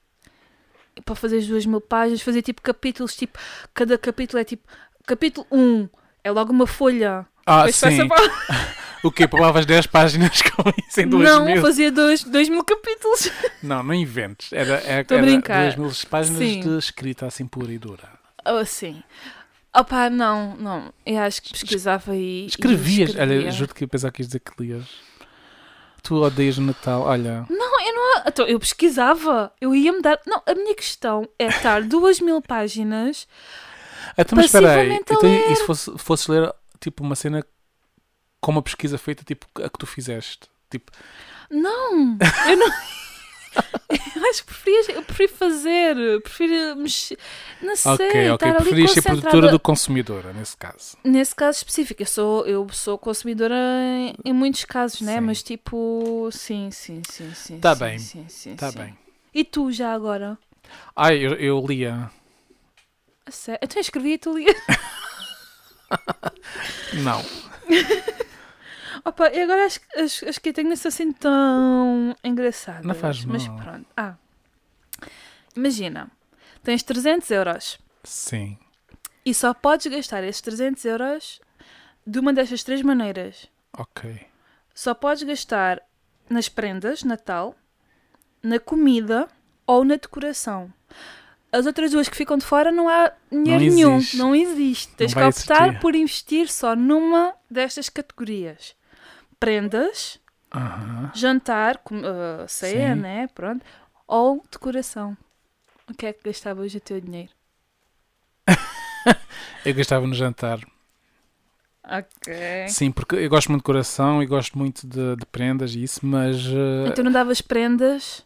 Speaker 2: e para fazer as duas mil páginas, fazer tipo capítulos, tipo, cada capítulo é tipo, capítulo 1 é logo uma folha.
Speaker 1: Ah,
Speaker 2: Depois passa
Speaker 1: sim.
Speaker 2: para-
Speaker 1: O quê? Poupavas 10 páginas com isso em duas
Speaker 2: Não,
Speaker 1: mil?
Speaker 2: fazia dois, dois mil capítulos.
Speaker 1: Não, não inventes. Era, era,
Speaker 2: Tô a
Speaker 1: era
Speaker 2: brincar.
Speaker 1: 2 mil páginas
Speaker 2: Sim.
Speaker 1: de escrita assim pura e dura.
Speaker 2: Oh, sim. Opa, não, não. Eu acho que pesquisava e. e
Speaker 1: Escrevias. Olha,
Speaker 2: escrevia.
Speaker 1: juro que eu pensava que ias dizer que lias. Tu odeias o Natal. Olha,
Speaker 2: Não, eu não. Então, eu pesquisava. Eu ia me dar. Não, a minha questão é estar duas mil páginas.
Speaker 1: Então, mas espera aí.
Speaker 2: Passivamente a
Speaker 1: Então,
Speaker 2: ler.
Speaker 1: e se fosse, fosses ler tipo uma cena com uma pesquisa feita tipo a que tu fizeste? Tipo,
Speaker 2: Não! Eu não. Eu acho que preferia, eu prefiro fazer, eu prefiro mexer. Não sei,
Speaker 1: ok, ok.
Speaker 2: estar ali
Speaker 1: Preferias ser
Speaker 2: concentrada.
Speaker 1: produtora do que consumidora, nesse caso.
Speaker 2: Nesse caso específico, eu sou, eu sou consumidora em, em muitos casos, né?
Speaker 1: Sim.
Speaker 2: Mas tipo, sim, sim, sim, sim.
Speaker 1: Tá
Speaker 2: sim,
Speaker 1: bem,
Speaker 2: Sim, sim,
Speaker 1: Está
Speaker 2: sim.
Speaker 1: Tá bem.
Speaker 2: E tu já agora?
Speaker 1: Ai, eu, eu lia.
Speaker 2: A sério? Então eu escrevi e tu lias.
Speaker 1: Não.
Speaker 2: Opa, e agora acho, que- acho, acho que eu tenho assim tão engraçado.
Speaker 1: Não faz
Speaker 2: Mas
Speaker 1: mal.
Speaker 2: pronto. Ah. Imagina, tens 300 euros.
Speaker 1: Sim.
Speaker 2: E só podes gastar esses 300 euros de uma destas três maneiras.
Speaker 1: Ok.
Speaker 2: Só podes gastar nas prendas de Natal, na comida ou na decoração. As outras duas que ficam de fora não há dinheiro
Speaker 1: Não
Speaker 2: nenhum.
Speaker 1: existe.
Speaker 2: Não existe. Tens
Speaker 1: vai
Speaker 2: que optar
Speaker 1: existir.
Speaker 2: por investir só numa destas categorias. Prendas,
Speaker 1: Aham.
Speaker 2: jantar, com- ah, ceia,
Speaker 1: Sim.
Speaker 2: né? Pronto. Ou decoração. O que é que gastavas o teu dinheiro?
Speaker 1: Eu gastava no jantar.
Speaker 2: Ok.
Speaker 1: Sim, porque eu gosto muito de coração e gosto muito de, de prendas e isso, mas eh,
Speaker 2: Então não davas prendas?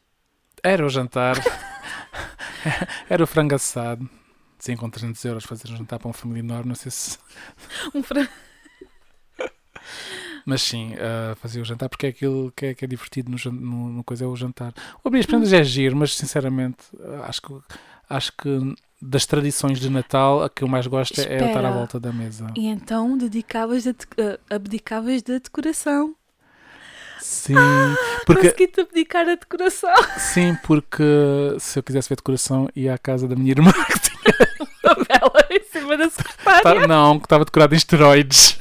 Speaker 1: era o jantar. era o frango assado. Sim, com 300 euros fazer um jantar para uma família enorme, não sei se.
Speaker 2: Um frango.
Speaker 1: Mas sim, eh, fazia o jantar porque é aquilo que é, que é divertido no, jan- no- no coisa é o jantar. O abrir as prendas é giro, mas sinceramente eh, acho que, acho que das tradições de Natal a que eu mais gosto é eu estar à
Speaker 2: Espera.
Speaker 1: volta da mesa.
Speaker 2: E então dedicavas da dec- ah, abdicavas da decoração.
Speaker 1: Sim, porque
Speaker 2: Consegui-te abdicar da decoração.
Speaker 1: Sim, porque se eu quisesse ver decoração ia à casa da minha irmã. que tinha-
Speaker 2: Ela em cima da secretária.
Speaker 1: tá- não, que estava decorada em esteroides.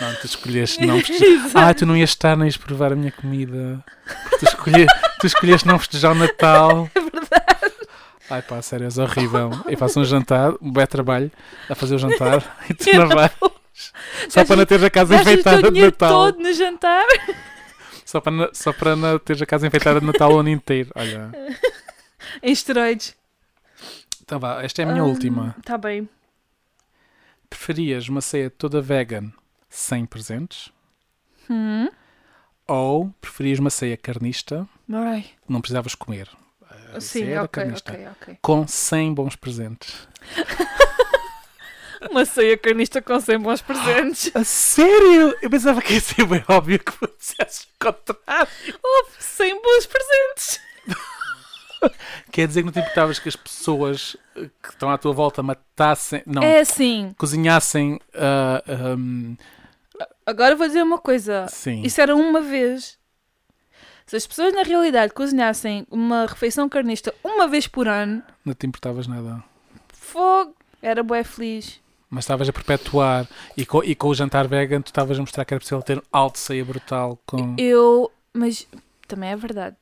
Speaker 1: Não, tu escolheste não festejar. Ah, tu não ias estar nem ias provar a minha comida. Porque Tu, escolhe- tu escolheste não festejar o Natal.
Speaker 2: É verdade.
Speaker 1: Ai pá, sério, és horrível. Eu faço um jantar, um bom trabalho a fazer o jantar e tu não vais. Só para não teres a casa
Speaker 2: Gastas Então, o teu
Speaker 1: enfeitada de
Speaker 2: dinheiro
Speaker 1: Natal.
Speaker 2: todo no jantar.
Speaker 1: Só para, não- só para não teres a casa enfeitada de Natal o ano inteiro. Olha.
Speaker 2: Em esteroides.
Speaker 1: Então vá, esta é a minha
Speaker 2: Ah,
Speaker 1: última.
Speaker 2: Tá bem.
Speaker 1: Preferias uma ceia toda vegan sem presentes?
Speaker 2: Hum.
Speaker 1: Ou preferias uma ceia carnista,
Speaker 2: Alright.
Speaker 1: não precisavas comer? A
Speaker 2: Ah, Sim,
Speaker 1: ceia era
Speaker 2: ok, ok, ok.
Speaker 1: Com 100 bons presentes.
Speaker 2: Uma ceia carnista com 100 bons
Speaker 1: Ah.
Speaker 2: presentes.
Speaker 1: A sério? Eu pensava que ia ser bem óbvio que fizesse o contrário.
Speaker 2: Houve 100 bons presentes.
Speaker 1: Quer dizer que não te importavas que as pessoas eh, que estão à tua volta matassem, não,
Speaker 2: É assim.
Speaker 1: cozinhassem, ah, ahm,
Speaker 2: Agora vou dizer uma coisa.
Speaker 1: sim,
Speaker 2: Ah, Isso era uma vez. Se as pessoas na realidade cozinhassem uma refeição carnista uma vez por ano,
Speaker 1: não te importavas nada.
Speaker 2: fogo, era bué feliz.
Speaker 1: Mas estavas a perpetuar. E co- e com, o jantar vegan, tu estavas a mostrar que era possível ter um alto ceia brutal com.
Speaker 2: Eu, mas também é verdade.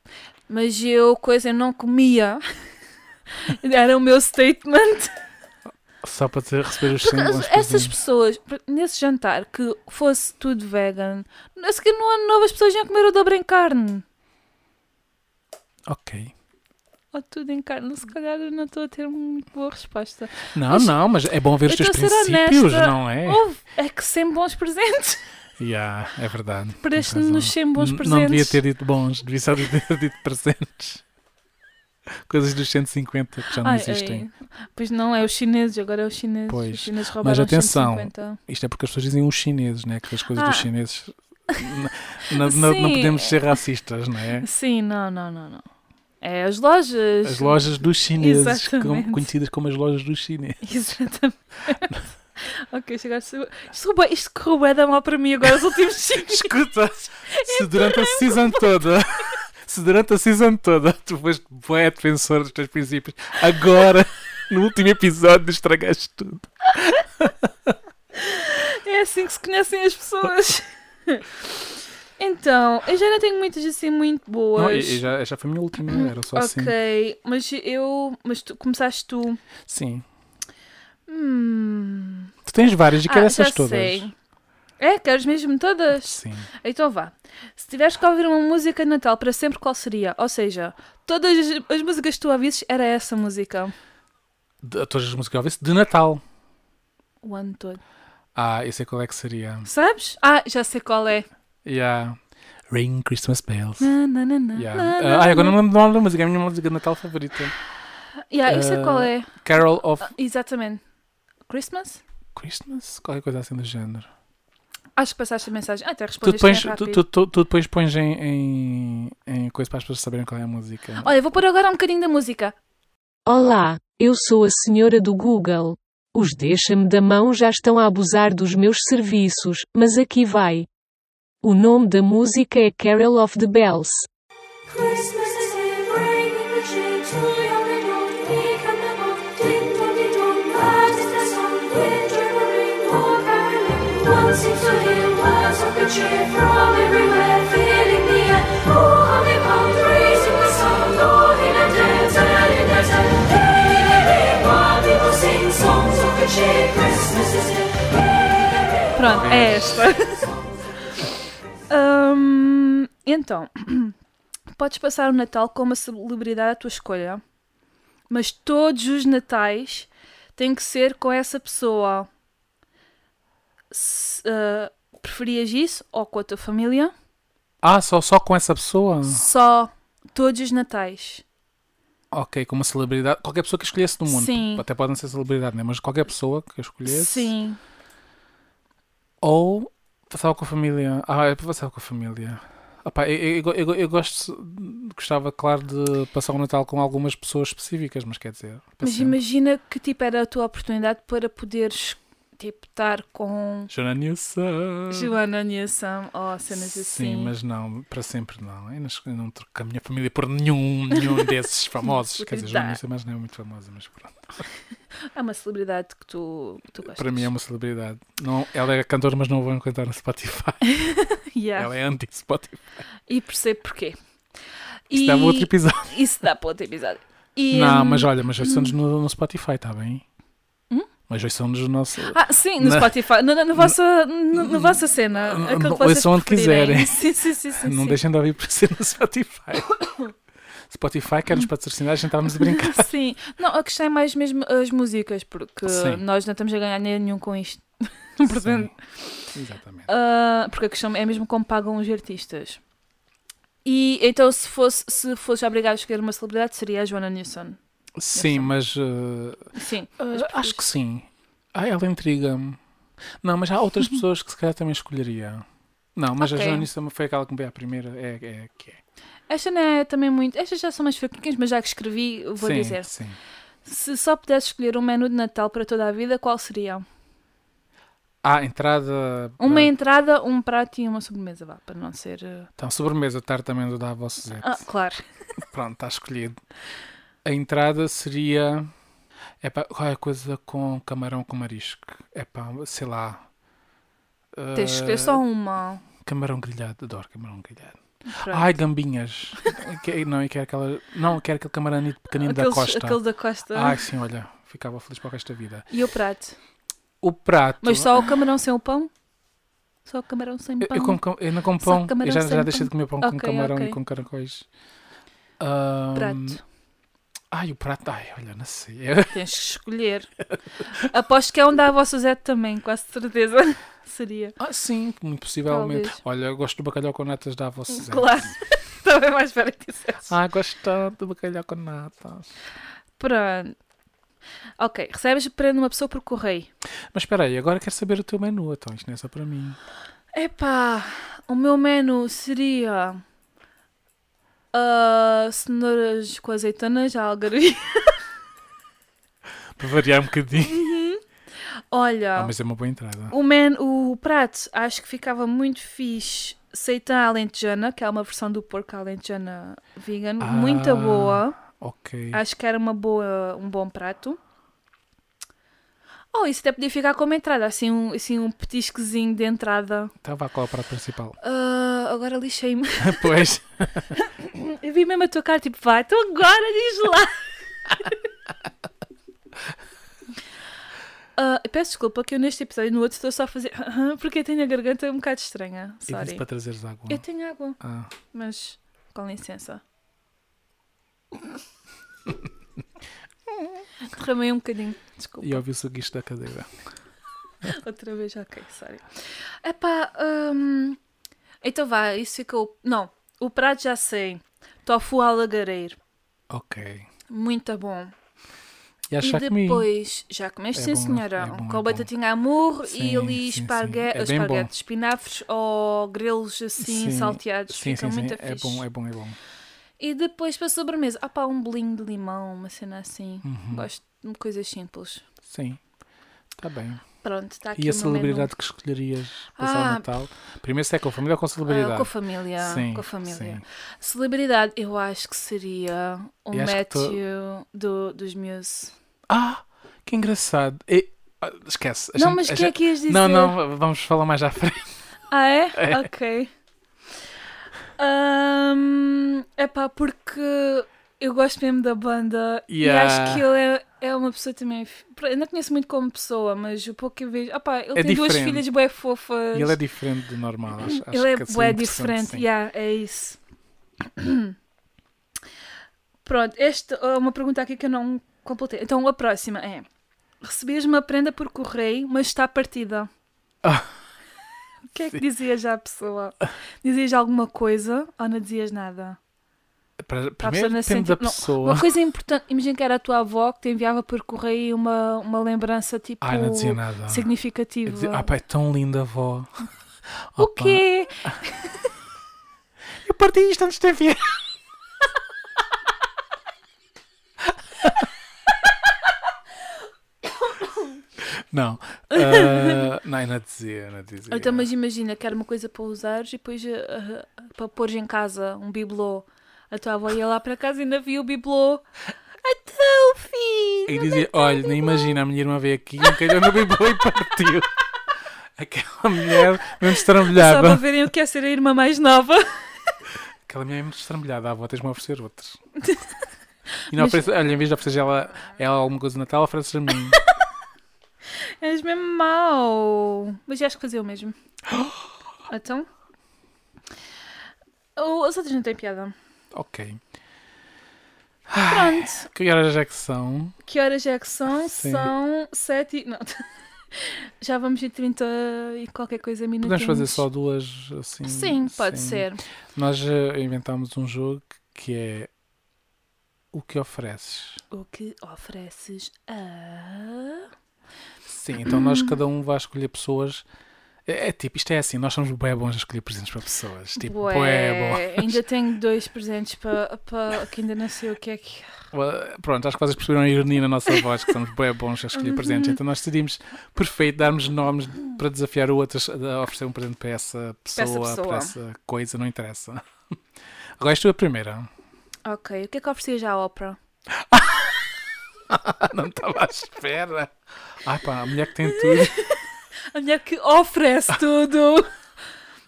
Speaker 2: Mas eu, coisa, eu não comia. Era o meu statement.
Speaker 1: Só para te receber os
Speaker 2: Porque
Speaker 1: símbolos.
Speaker 2: essas pessoas, nesse jantar, que fosse tudo vegan, a seguir no ano novo as pessoas iam comer o dobro em carne.
Speaker 1: Ok.
Speaker 2: Ou tudo em carne. Se calhar eu não estou a ter muito boa resposta.
Speaker 1: Não,
Speaker 2: Mas-
Speaker 1: não, mas é bom ver os
Speaker 2: Eu
Speaker 1: teus
Speaker 2: estou a ser
Speaker 1: princípios,
Speaker 2: honesta.
Speaker 1: não é?
Speaker 2: Houve, é que sempre bons presentes.
Speaker 1: Yeah, é verdade.
Speaker 2: Parece-nos sempre bons
Speaker 1: N-
Speaker 2: presentes.
Speaker 1: Não devia ter dito bons, devia só ter dito presentes. Coisas dos 150 que já não
Speaker 2: Ai,
Speaker 1: existem.
Speaker 2: ai. Pois não, é os chineses, agora é os chineses.
Speaker 1: Pois.
Speaker 2: Os chineses roubaram
Speaker 1: atenção,
Speaker 2: 150.
Speaker 1: Isto é porque as pessoas dizem os chineses, né? Que as coisas dos
Speaker 2: Ah.
Speaker 1: chineses. na- na- não
Speaker 2: Sim.
Speaker 1: podemos ser racistas, não é?
Speaker 2: Sim, não, não, não, não. É as lojas.
Speaker 1: As lojas dos chineses, com-
Speaker 2: Exatamente.
Speaker 1: conhecidas como as lojas dos chineses.
Speaker 2: Exatamente. ok, chegaste. Isto, roubou- isto correu bué da mal para mim agora, os últimos cinco.
Speaker 1: Escuta,
Speaker 2: É
Speaker 1: se durante a season toda, se durante a season toda tu foste bué defensor dos teus princípios, agora, no último episódio, estragaste tudo.
Speaker 2: É assim que se conhecem as pessoas. então, eu já não tenho muitas assim muito boas.
Speaker 1: Não, e- e já, já foi a minha última, era só assim.
Speaker 2: ok, mas eu. Mas tu começaste tu.
Speaker 1: Sim.
Speaker 2: Hum.
Speaker 1: Tu tens várias e quero
Speaker 2: ah,
Speaker 1: essas
Speaker 2: já
Speaker 1: todas.
Speaker 2: Sei. É, queres mesmo todas?
Speaker 1: Sim.
Speaker 2: Então vá. Se tiveres que ouvir uma música de Natal para sempre, qual seria? Ou seja, todas as, as músicas que tu ouvisses era essa música.
Speaker 1: De, todas as músicas que eu ouvi, de Natal.
Speaker 2: O ano todo.
Speaker 1: Ah, eu sei qual é que seria.
Speaker 2: Sabes? Ah, já sei qual é.
Speaker 1: Yeah. Ring Christmas Bells.
Speaker 2: Na, na, na, na,
Speaker 1: Yeah.
Speaker 2: na,
Speaker 1: Ah,
Speaker 2: na,
Speaker 1: agora
Speaker 2: na.
Speaker 1: não me lembro do nome da música, é a minha música de Natal favorita.
Speaker 2: Yeah, eu sei
Speaker 1: Ah.
Speaker 2: qual é.
Speaker 1: Carol of
Speaker 2: Exatamente. Christmas?
Speaker 1: Christmas? Qualquer coisa assim do género.
Speaker 2: Acho que passaste a mensagem. Ah, até
Speaker 1: Tu,
Speaker 2: respondeste
Speaker 1: pões,
Speaker 2: bem
Speaker 1: tu, tu-
Speaker 2: rápido.
Speaker 1: tu- tu depois pões em, em, em coisa para as pessoas saberem qual é a música.
Speaker 2: Olha, vou pôr agora um bocadinho da música.
Speaker 3: Olá, eu sou a senhora do Google. Os deixa-me da mão já estão a abusar dos meus serviços, mas aqui vai. O nome da música é Carol of the Bells.
Speaker 4: Christmas is here, bringing the cheer to young and old, meek and the bold. Ding dong, ding dong, that is the song. Wind rivering, all caroling. One seems to hear words of good cheer from everywhere, filling the air. Oh, how they pound, raising the sound, all in a dance, all in a dance. Hey, everyone, people sing songs of good cheer. Christmas is here.
Speaker 2: Pronto, é esta. Hum, então, podes passar o Natal com uma celebridade à tua escolha, mas todos os Natais têm que ser com essa pessoa. Se, ah, preferias isso ou com a tua família?
Speaker 1: Ah, só, só com essa pessoa?
Speaker 2: Só todos os Natais.
Speaker 1: Ok, com uma celebridade. Qualquer pessoa que escolhesse do mundo.
Speaker 2: Sim.
Speaker 1: Até pode não ser celebridade, né? mas qualquer pessoa que eu escolhesse.
Speaker 2: Sim.
Speaker 1: Ou passava com a família. Ah, eu passava com a família. Opá, eu, eu, eu, eu gosto, gostava, claro, de passar o Natal com algumas pessoas específicas, mas quer dizer. para
Speaker 2: Mas
Speaker 1: sempre.
Speaker 2: imagina que tipo era a tua oportunidade para poderes tipo, estar com
Speaker 1: Joana Nilsson.
Speaker 2: Joana Newsom ou cenas assim.
Speaker 1: Hum. Sim, mas não, para sempre não. Eu não, escolhi- não troco a minha família por nenhum, nenhum desses famosos. Quer dizer, Joana Nilsson, mas não é muito famosa, mas pronto.
Speaker 2: Há É uma celebridade que tu, que tu gostas.
Speaker 1: Para mim é uma celebridade. Não, ela é cantora, mas não vão cantar no Spotify.
Speaker 2: Yeah.
Speaker 1: Ela é anti-Spotify.
Speaker 2: E percebo porquê.
Speaker 1: Isso
Speaker 2: e...
Speaker 1: dá outro episódio.
Speaker 2: Isso dá para outro episódio. E,
Speaker 1: Não,
Speaker 2: hum,
Speaker 1: mas olha, mas ouçam-nos no, no Spotify, está bem?
Speaker 2: Hum?
Speaker 1: Mas ouçam-nos no nosso.
Speaker 2: Ah, sim, no
Speaker 1: Na-
Speaker 2: Spotify, na, na, na vossa, na, na vossa cena,
Speaker 1: N-
Speaker 2: aquilo
Speaker 1: n-
Speaker 2: que vocês
Speaker 1: ouçam onde
Speaker 2: preferirem. Sim, sim, sim. sim,
Speaker 1: não
Speaker 2: sim.
Speaker 1: deixem de ouvir por ser no Spotify. Spotify
Speaker 2: Hum.
Speaker 1: quer nos patrocinar, a gente estávamos a brincar.
Speaker 2: Sim, não, a questão é mais mesmo as músicas, porque
Speaker 1: Sim.
Speaker 2: nós não estamos a ganhar nenhum com isto. Portanto,
Speaker 1: Sim, Exatamente.
Speaker 2: Ah, porque a questão é mesmo como pagam os artistas. E então, se fosse, se fosse obrigado a escolher uma celebridade, seria a Joana Newsom.
Speaker 1: Sim, mas. eh,
Speaker 2: Sim.
Speaker 1: Ah, acho que sim. Ah, ela intriga-me. Não, mas há outras pessoas que se calhar também escolheria. Não, mas
Speaker 2: Ok.
Speaker 1: a Joanissa foi aquela que me veio à primeira. É, é que é.
Speaker 2: Esta não é também muito. Estas já são mais fraquinhas, mas já que escrevi, vou
Speaker 1: sim,
Speaker 2: dizer.
Speaker 1: sim.
Speaker 2: Se só pudesse escolher um menu de Natal para toda a vida, qual seria?
Speaker 1: Ah, entrada.
Speaker 2: Uma
Speaker 1: ah,
Speaker 2: entrada, um prato e uma sobremesa, vá, para não ser. eh,
Speaker 1: Então, sobremesa, tarde também do Davo Suzette.
Speaker 2: Ah, claro.
Speaker 1: Pronto, está escolhido. A entrada seria. É pá, qualquer coisa com camarão com marisco. É pá, sei lá.
Speaker 2: Tens de escolher
Speaker 1: Ah,
Speaker 2: só uma.
Speaker 1: Camarão grelhado, adoro camarão grelhado.
Speaker 2: Pronto.
Speaker 1: Ai, gambinhas. Que- não, eu quero aquela. Não, eu quero aquele camaranito pequenino da
Speaker 2: Aqueles-
Speaker 1: costa. Ah,
Speaker 2: Aquele da costa.
Speaker 1: Ai, sim, olha, ficava feliz para o resto da vida.
Speaker 2: E o prato?
Speaker 1: O prato.
Speaker 2: Mas só o camarão sem o pão? Só o camarão sem
Speaker 1: Eu,
Speaker 2: pão?
Speaker 1: eu como cam- eu não como
Speaker 2: Só
Speaker 1: pão,
Speaker 2: camarão
Speaker 1: eu já,
Speaker 2: sem
Speaker 1: já deixei
Speaker 2: pão.
Speaker 1: de comer pão com
Speaker 2: Ok,
Speaker 1: camarão
Speaker 2: ok.
Speaker 1: e com caracóis. Ahm,
Speaker 2: Prato.
Speaker 1: Ai, o prato, ai, olha, não sei.
Speaker 2: Tens que escolher. Aposto que é onde há a vossa Zé também, quase certeza. Seria.
Speaker 1: Ah, sim, muito possivelmente.
Speaker 2: Talvez.
Speaker 1: Olha, eu gosto do bacalhau com natas da avó Suzana.
Speaker 2: Claro. Também mais para que dissesse.
Speaker 1: Ah, gosto tanto do bacalhau com natas.
Speaker 2: Pronto. Ok, recebes prende uma pessoa por correio.
Speaker 1: Mas espera aí, agora quero saber o teu menu, então isto não é só para mim.
Speaker 2: Epá, o meu menu seria ah, cenouras com azeitonas, algarve.
Speaker 1: Para variar um bocadinho.
Speaker 2: Olha,
Speaker 1: Ah, mas é uma boa entrada.
Speaker 2: o, men, o prato acho que ficava muito fixe. Seitan alentejana, que é uma versão do porco alentejana vegan,
Speaker 1: Ah.
Speaker 2: muito boa.
Speaker 1: Ok.
Speaker 2: Acho que era uma boa, um bom prato. Oh, isso até podia ficar como entrada, assim um, assim um petisquezinho de entrada.
Speaker 1: Então vá qual é o prato principal?
Speaker 2: Ah, agora lixei-me.
Speaker 1: pois.
Speaker 2: Eu vi mesmo a tua cara, tipo, vai, tu agora diz lá. Ah, peço desculpa que eu neste episódio e no outro estou só a fazer porque eu tenho a garganta um bocado estranha.
Speaker 1: Eu disse
Speaker 2: Sorry.
Speaker 1: para trazeres água.
Speaker 2: Eu tenho água,
Speaker 1: Ah,
Speaker 2: mas com licença. Derramei um bocadinho, desculpa.
Speaker 1: e ouvi-se o guicho da cadeira.
Speaker 2: Outra vez, ok, sorry. Epá, hum, então vá, isso ficou. Não, o prato já sei. Tofu alagareiro.
Speaker 1: Ok.
Speaker 2: Muito bom.
Speaker 1: E acho
Speaker 2: E
Speaker 1: que me.
Speaker 2: depois, já comeste,
Speaker 1: É
Speaker 2: sim
Speaker 1: bom,
Speaker 2: senhora,
Speaker 1: é bom, é
Speaker 2: com
Speaker 1: bom.
Speaker 2: batatinha à murro e
Speaker 1: Sim,
Speaker 2: ali
Speaker 1: sim, sim.
Speaker 2: espargue...
Speaker 1: É bem bom.
Speaker 2: esparguete, espinafres ou grelos
Speaker 1: Sim,
Speaker 2: assim salteados,
Speaker 1: Sim,
Speaker 2: ficam
Speaker 1: sim, sim.
Speaker 2: muito
Speaker 1: É
Speaker 2: fixe.
Speaker 1: bom, é bom, é bom.
Speaker 2: E depois para sobremesa, ah pá, um bolinho de limão, uma cena assim,
Speaker 1: Uhum.
Speaker 2: gosto de coisas simples.
Speaker 1: Sim. Está bem.
Speaker 2: Pronto, está aqui
Speaker 1: E a
Speaker 2: o meu menu.
Speaker 1: celebridade que escolherias passar
Speaker 2: Ah,
Speaker 1: o Natal? Primeiro se é com a família ou com a celebridade?
Speaker 2: Ah, com a família,
Speaker 1: Sim,
Speaker 2: com a família.
Speaker 1: sim.
Speaker 2: Celebridade, eu acho que seria o
Speaker 1: Eu acho que tô-
Speaker 2: Matthew do, dos Muse.
Speaker 1: Ah, que engraçado. E- ah, esquece. A
Speaker 2: não,
Speaker 1: gente-
Speaker 2: mas
Speaker 1: a
Speaker 2: o que é
Speaker 1: gente-
Speaker 2: que ias dizer?
Speaker 1: Não, não, vamos falar mais à frente.
Speaker 2: Ah, é? Ok. É pá, porque eu gosto mesmo da banda
Speaker 1: Yeah.
Speaker 2: e acho que ele é, é uma pessoa também. f- Pr- Eu não conheço muito como pessoa, mas o pouco que eu vejo. Ah, pá, ele
Speaker 1: É
Speaker 2: tem duas
Speaker 1: diferente.
Speaker 2: filhas bem fofas.
Speaker 1: E ele é diferente do normal. Acho, acho
Speaker 2: Ele é
Speaker 1: que assim,
Speaker 2: bué
Speaker 1: interessante,
Speaker 2: diferente,
Speaker 1: sim.
Speaker 2: yeah, é isso. Pronto, esta é uma pergunta aqui que eu não completei. Então a próxima é: recebias uma prenda por correio, mas está partida.
Speaker 1: Ah.
Speaker 2: o que é que dizias à pessoa? Dizias alguma coisa ou não dizias nada?
Speaker 1: Para-
Speaker 2: Para a
Speaker 1: primeiro
Speaker 2: pessoa tipo não
Speaker 1: depende
Speaker 2: se
Speaker 1: da
Speaker 2: sentir- não,
Speaker 1: pessoa.
Speaker 2: Uma coisa importante, imagina que era a tua avó que te enviava por correio uma, uma lembrança tipo
Speaker 1: Ai, não dizia nada. Eu
Speaker 2: significativa.
Speaker 1: dizia, ah, pá, ah, é tão linda, avó.
Speaker 2: o quê?
Speaker 1: Eu parti isto antes de enviar. Não, ah, não, eu não dizia, eu não dizia.
Speaker 2: Ou Então, mas imagina, quero uma coisa para usares e depois ah, ah, para pôres em casa um bibelô. A tua avó ia lá para casa e ainda via o bibelô. Então,
Speaker 1: E
Speaker 2: filho!
Speaker 1: dizia, olha, nem imagina, a minha irmã veio aqui, encalhou no bibelô e partiu. Aquela mulher mesmo
Speaker 2: Só para
Speaker 1: estrambulhada.
Speaker 2: verem o que é ser a irmã mais nova.
Speaker 1: Aquela mulher é muito estrambulhada, a avó tens-me a oferecer outros. E não oferece, olha, em vez de oferecer ela, ela alguma coisa no Natal, ofereces a mim.
Speaker 2: És mesmo mau. Mas já acho que fazia o mesmo. Então? O- Os outros não têm piada.
Speaker 1: ok.
Speaker 2: Pronto.
Speaker 1: Que horas é que são?
Speaker 2: Que horas é que são?
Speaker 1: Sim.
Speaker 2: São sete e... Não. Já vamos em 30 e qualquer coisa minutinhos.
Speaker 1: Podemos fazer só duas assim?
Speaker 2: Sim, pode
Speaker 1: sem-
Speaker 2: ser.
Speaker 1: Nós eh, inventámos um jogo que é o que ofereces.
Speaker 2: O que ofereces a.
Speaker 1: Sim, então
Speaker 2: Hum.
Speaker 1: nós cada um vai escolher pessoas. É, é tipo, isto é assim, nós somos bem bons a escolher presentes para pessoas. Tipo,
Speaker 2: Bué,
Speaker 1: bué bom.
Speaker 2: Ainda tenho dois presentes para. para que ainda não sei o que é que.
Speaker 1: Ué, Pronto, acho que vocês perceberam a ironia na nossa voz, que somos bem bons a
Speaker 2: Uhum.
Speaker 1: escolher presentes. Então nós decidimos, perfeito, darmos nomes para desafiar o outro a a oferecer um presente para essa pessoa,
Speaker 2: pessoa.
Speaker 1: para essa coisa, não interessa. Agora és tu a primeira.
Speaker 2: Ok, o que é que oferecias à ópera?
Speaker 1: Não estava à espera. Ai pá, a mulher que tem tudo.
Speaker 2: A mulher que oferece tudo.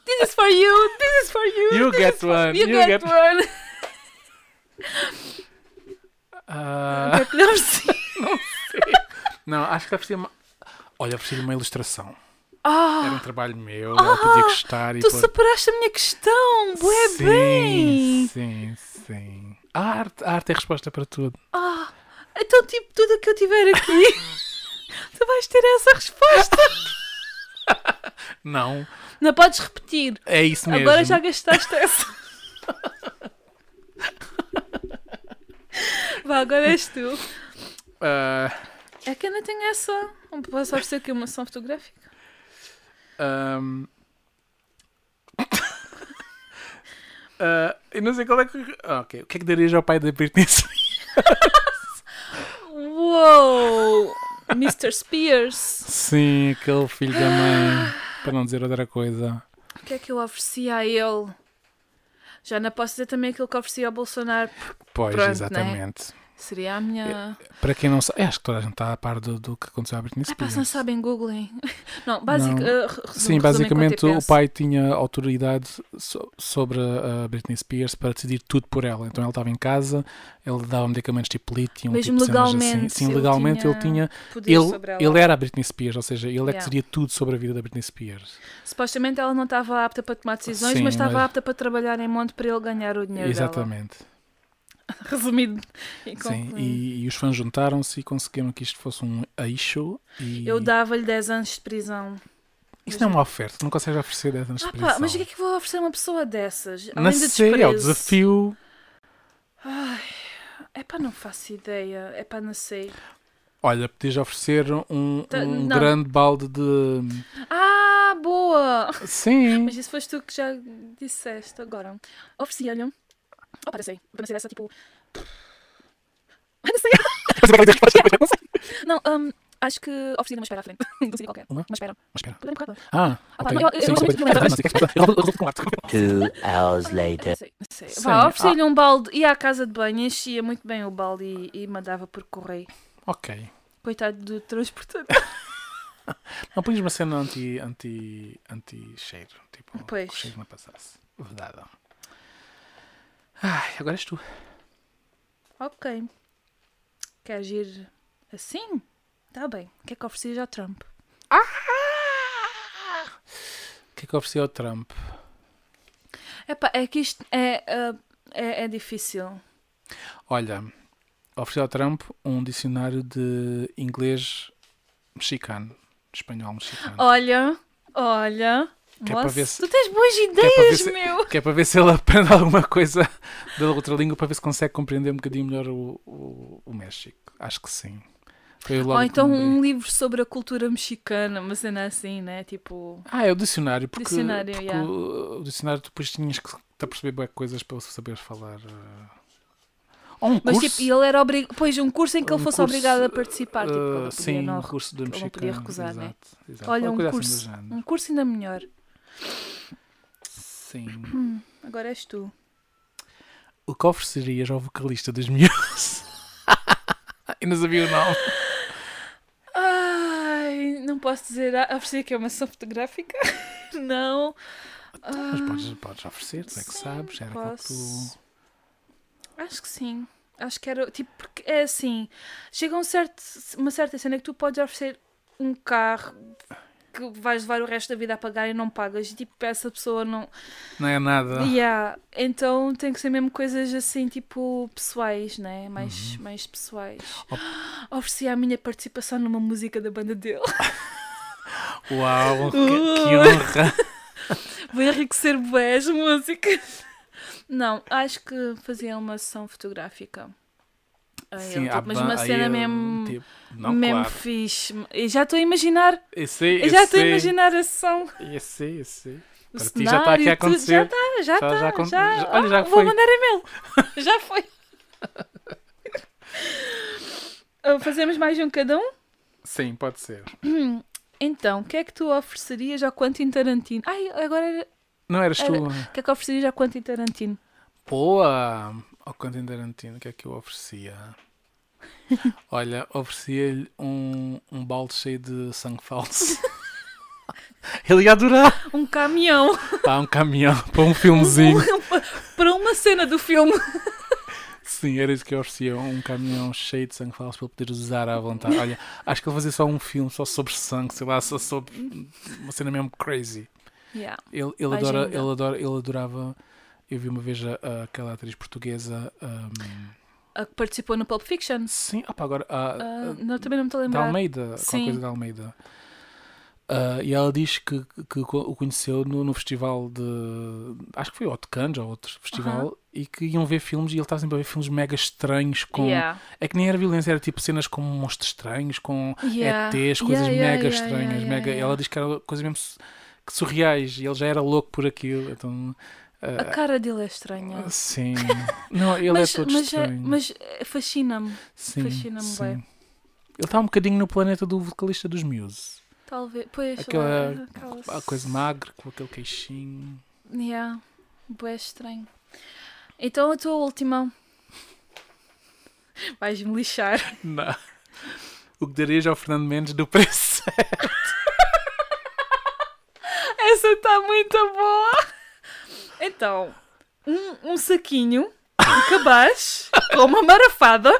Speaker 2: This is for you, this is for you.
Speaker 1: You
Speaker 2: this
Speaker 1: get
Speaker 2: is for-
Speaker 1: one,
Speaker 2: You,
Speaker 1: you
Speaker 2: get,
Speaker 1: get-
Speaker 2: one.
Speaker 1: Ah,
Speaker 2: Partilhamos sim.
Speaker 1: não, acho que oferecia uma. Olha, oferecia uma ilustração.
Speaker 2: Ah,
Speaker 1: Era um trabalho meu, ela podia gostar e
Speaker 2: tu
Speaker 1: pôr-
Speaker 2: superaste a minha questão. Bué
Speaker 1: Tipo, sim,
Speaker 2: bem.
Speaker 1: Sim, sim. A arte, a arte é a resposta para tudo.
Speaker 2: Ah, então tipo, tudo o que eu tiver aqui, tu vais ter essa resposta.
Speaker 1: Não,
Speaker 2: Não podes repetir.
Speaker 1: é isso mesmo.
Speaker 2: Agora já gastaste essa. Vá, agora és tu.
Speaker 1: Ah,
Speaker 2: É que eu não tenho essa. Não Posso oferecer aqui uma ação fotográfica?
Speaker 1: ahm. Ah, eu não sei qual é que. Ah, ok. O que é que darias ao pai da Britney Spears?
Speaker 2: Uou! Mr. Spears!
Speaker 1: Sim, aquele filho da mãe.
Speaker 2: Ah.
Speaker 1: Para não dizer outra coisa.
Speaker 2: O que é que eu ofereci a ele? Já não posso dizer também aquilo que ofereci ao Bolsonaro. porque
Speaker 1: Pois,
Speaker 2: Pronto, né?
Speaker 1: exatamente.
Speaker 2: Seria a minha.
Speaker 1: Para quem não sabe, acho que toda a gente está a par do, do que aconteceu à Britney
Speaker 2: Ah, pá,
Speaker 1: Spears.
Speaker 2: se não sabem, googlem. Não, basic,
Speaker 1: Não.
Speaker 2: eh, resumo-
Speaker 1: Sim,
Speaker 2: resumo
Speaker 1: basicamente
Speaker 2: enquanto eu
Speaker 1: o
Speaker 2: penso.
Speaker 1: pai tinha autoridade so- sobre a a Britney Spears para decidir tudo por ela. Então ele estava em casa, ele dava medicamentos tipo lítio,
Speaker 2: Mesmo
Speaker 1: tipo cenas assim.
Speaker 2: legalmente,
Speaker 1: Sim,
Speaker 2: ele
Speaker 1: legalmente ele
Speaker 2: tinha
Speaker 1: tinha.
Speaker 2: Poder
Speaker 1: Ele,
Speaker 2: sobre ela.
Speaker 1: ele é- era a Britney Spears, ou seja, ele é
Speaker 2: Yeah.
Speaker 1: que decidia tudo sobre a vida da Britney Spears.
Speaker 2: Supostamente ela não estava apta para tomar decisões,
Speaker 1: Sim,
Speaker 2: mas estava
Speaker 1: mas-
Speaker 2: apta para trabalhar em monte para ele ganhar o dinheiro
Speaker 1: Exatamente.
Speaker 2: dela. Resumido. E
Speaker 1: Sim,
Speaker 2: concluindo.
Speaker 1: e, e os fãs juntaram-se e conseguiram que isto fosse um issue. E
Speaker 2: Eu dava-lhe 10 anos de prisão.
Speaker 1: Isso não é uma oferta, não consegues oferecer 10 anos de
Speaker 2: Ah, pá, mas o
Speaker 1: prisão.
Speaker 2: que é que eu vou oferecer a uma pessoa dessas? Além
Speaker 1: Na
Speaker 2: de
Speaker 1: série, é o
Speaker 2: desprezo.
Speaker 1: desafio.
Speaker 2: É pá, não faço ideia. É pá, não sei.
Speaker 1: Olha, podias oferecer um,
Speaker 2: Tá,
Speaker 1: um
Speaker 2: não.
Speaker 1: grande balde de.
Speaker 2: Ah, boa!
Speaker 1: Sim.
Speaker 2: Mas isso foste tu que já disseste agora. Oferecia-lhe. Oh, pá, não sei. Para não ser essa, tipo. Ah, não sei. Não, hum, acho que oferecia-lhe uma espera à frente. De um sítio qualquer.
Speaker 1: Uma?
Speaker 2: Uma espera.
Speaker 1: Mas espera.
Speaker 2: Podem procurar.
Speaker 1: Ah,
Speaker 2: Ah, pá, eu- eu- eu-
Speaker 1: um
Speaker 5: Two hours later.
Speaker 2: Não sei, não sei.
Speaker 1: Sim,
Speaker 2: Vá, oferecia-lhe um balde, ia à casa de banho, enchia muito bem o balde e, e mandava por correio.
Speaker 1: Ok.
Speaker 2: Coitado do transportador.
Speaker 1: Não pões uma cena anti, anti, anti cheiro. Tipo,
Speaker 2: Pois.
Speaker 1: que o cheiro não passasse. Verdade. Ai, agora és tu.
Speaker 2: ok. Queres ir assim? Tá bem. O que é que oferecias ao Trump?
Speaker 1: O que é que ofereci ao Trump?
Speaker 2: Epá, é que isto é, ah, é, é
Speaker 1: Ah.
Speaker 2: difícil.
Speaker 1: Olha, ofereci ao Trump um dicionário de inglês mexicano. De espanhol mexicano.
Speaker 2: Oh. Olha, olha.
Speaker 1: Que é para
Speaker 2: moço,
Speaker 1: ver se-
Speaker 2: Tu tens boas
Speaker 1: é para ver
Speaker 2: ideias,
Speaker 1: se-
Speaker 2: meu!
Speaker 1: Que é para ver se ele aprende alguma coisa da outra língua, para ver se consegue compreender um bocadinho melhor o, o, o México. Acho que sim. Foi logo
Speaker 2: Ou
Speaker 1: que
Speaker 2: então
Speaker 1: me lembrei.
Speaker 2: um livro sobre a cultura mexicana, uma cena assim, né? Tipo.
Speaker 1: Ah, é o dicionário, porque,
Speaker 2: Dicionário,
Speaker 1: porque
Speaker 2: yeah.
Speaker 1: o, o dicionário depois tinhas que te perceber bem coisas para saber falar. eh. Ou um
Speaker 2: Mas
Speaker 1: curso.
Speaker 2: tipo, ele era obrigado. Pois, um curso em que ele
Speaker 1: um
Speaker 2: fosse
Speaker 1: curso,
Speaker 2: obrigado a participar. tipo, ele
Speaker 1: eh,
Speaker 2: não podia,
Speaker 1: sim,
Speaker 2: não-
Speaker 1: um curso de
Speaker 2: ele
Speaker 1: mexicano.
Speaker 2: não podia recusar, né?
Speaker 1: exato, exato.
Speaker 2: Olha, um
Speaker 1: Qualquer coisa
Speaker 2: curso.
Speaker 1: Assim do género.
Speaker 2: Um curso ainda melhor.
Speaker 1: Sim.
Speaker 2: Agora és tu.
Speaker 1: O que oferecerias ao vocalista dos miúdos? e não sabia o nome.
Speaker 2: Ai, não posso dizer. Ah, oferecer que é uma ação fotográfica? não. Ah,
Speaker 1: Mas podes, podes oferecer, tu é que
Speaker 2: Sim,
Speaker 1: sabes, era aquilo que
Speaker 2: posso.
Speaker 1: tu.
Speaker 2: Acho que sim. Acho que era. Tipo, porque é assim. Chega um certo, uma certa cena que tu podes oferecer um carro que vais levar o resto da vida a pagar e não pagas. E tipo, essa pessoa não.
Speaker 1: Não é nada.
Speaker 2: Yeah. Então tem que ser mesmo coisas assim, tipo, pessoais, né? Mais,
Speaker 1: Uhum.
Speaker 2: mais pessoais. Ofereci a minha participação numa música da banda dele.
Speaker 1: Uau, que,
Speaker 2: Uh!
Speaker 1: que honra!
Speaker 2: Vou enriquecer bué as músicas. Não, acho que fazia uma sessão fotográfica. a ele, tipo,
Speaker 1: há
Speaker 2: mas
Speaker 1: ban-
Speaker 2: uma
Speaker 1: aí
Speaker 2: cena
Speaker 1: eu,
Speaker 2: mesmo.
Speaker 1: tipo, não,
Speaker 2: mesmo
Speaker 1: claro.
Speaker 2: fixe. E já estou a imaginar.
Speaker 1: Eu sei,
Speaker 2: Eu
Speaker 1: eu
Speaker 2: já estou a
Speaker 1: sei.
Speaker 2: imaginar a sessão.
Speaker 1: Eu sei, eu sei.
Speaker 2: O
Speaker 1: Para ti já está
Speaker 2: cenário,
Speaker 1: aqui a
Speaker 2: e tudo.
Speaker 1: acontecer.
Speaker 2: Já está, já
Speaker 1: Já- já
Speaker 2: está.
Speaker 1: aconte-
Speaker 2: Já,
Speaker 1: já- olha, já
Speaker 2: Ah,
Speaker 1: foi.
Speaker 2: Vou mandar e-mail. Já foi. Ah, Fazemos mais um cada um?
Speaker 1: Sim, pode ser.
Speaker 2: Então, o que é que tu oferecerias ao Quentin Tarantino? Ai, agora era...
Speaker 1: Não eras tu.
Speaker 2: era- O que é que oferecerias ao Quentin Tarantino?
Speaker 1: Boa! Ao Quentin Tarantino, o que é que eu oferecia? Olha, oferecia-lhe um, um balde cheio de sangue falso. Ele ia adorar.
Speaker 2: Um caminhão
Speaker 1: Pá, um caminhão para um filmezinho.
Speaker 2: para uma cena do filme.
Speaker 1: Sim, era isso que eu oferecia. Um caminhão cheio de sangue falso para ele poder usar à vontade. Olha, acho que ele fazia só um filme só sobre sangue, sei lá, só sobre uma cena mesmo crazy.
Speaker 2: Yeah.
Speaker 1: Ele, ele,
Speaker 2: Ai,
Speaker 1: adora,
Speaker 2: genial.
Speaker 1: ele, adora, ele adorava. Eu vi uma vez a- a- aquela atriz portuguesa. ahm,
Speaker 2: A que participou no Pulp Fiction.
Speaker 1: sim, opa, agora. a-
Speaker 2: Ah,
Speaker 1: a-
Speaker 2: não, também não me estou a
Speaker 1: da
Speaker 2: lembrar.
Speaker 1: Almeida,
Speaker 2: Sim.
Speaker 1: qualquer coisa da Almeida. Ah, e ela diz que, que co- o conheceu no, no festival de. Acho que foi o de Cannes ou outro festival. E que iam ver filmes e ele estava sempre a ver filmes mega estranhos. com
Speaker 2: Yeah.
Speaker 1: É que nem era violência, era tipo cenas com monstros estranhos, com
Speaker 2: Yeah.
Speaker 1: ETs,
Speaker 2: Yeah,
Speaker 1: coisas
Speaker 2: yeah,
Speaker 1: mega
Speaker 2: yeah,
Speaker 1: estranhas.
Speaker 2: yeah,
Speaker 1: mega... Ela
Speaker 2: yeah, yeah.
Speaker 1: diz que era coisas mesmo su- que surreais e ele já era louco por aquilo. Então, ah,
Speaker 2: A cara dele é estranha.
Speaker 1: Sim. Não, ele
Speaker 2: mas
Speaker 1: é todo
Speaker 2: mas,
Speaker 1: estranho.
Speaker 2: mas eh, fascina-me,
Speaker 1: sim,
Speaker 2: fascina-me
Speaker 1: sim.
Speaker 2: bué.
Speaker 1: Ele está um bocadinho no planeta do vocalista dos Muse.
Speaker 2: talvez. Pois, eh,
Speaker 1: Aquela-
Speaker 2: aquelas-
Speaker 1: A coisa magra, com aquele queixinho.
Speaker 2: Yeah. Bué estranho. Então a tua última. Vais-me lixar.
Speaker 1: Não. O que darias ao Fernando Mendes do preço?
Speaker 2: Essa está muito boa. Então, um, um saquinho, um cabaz, com uma marafada,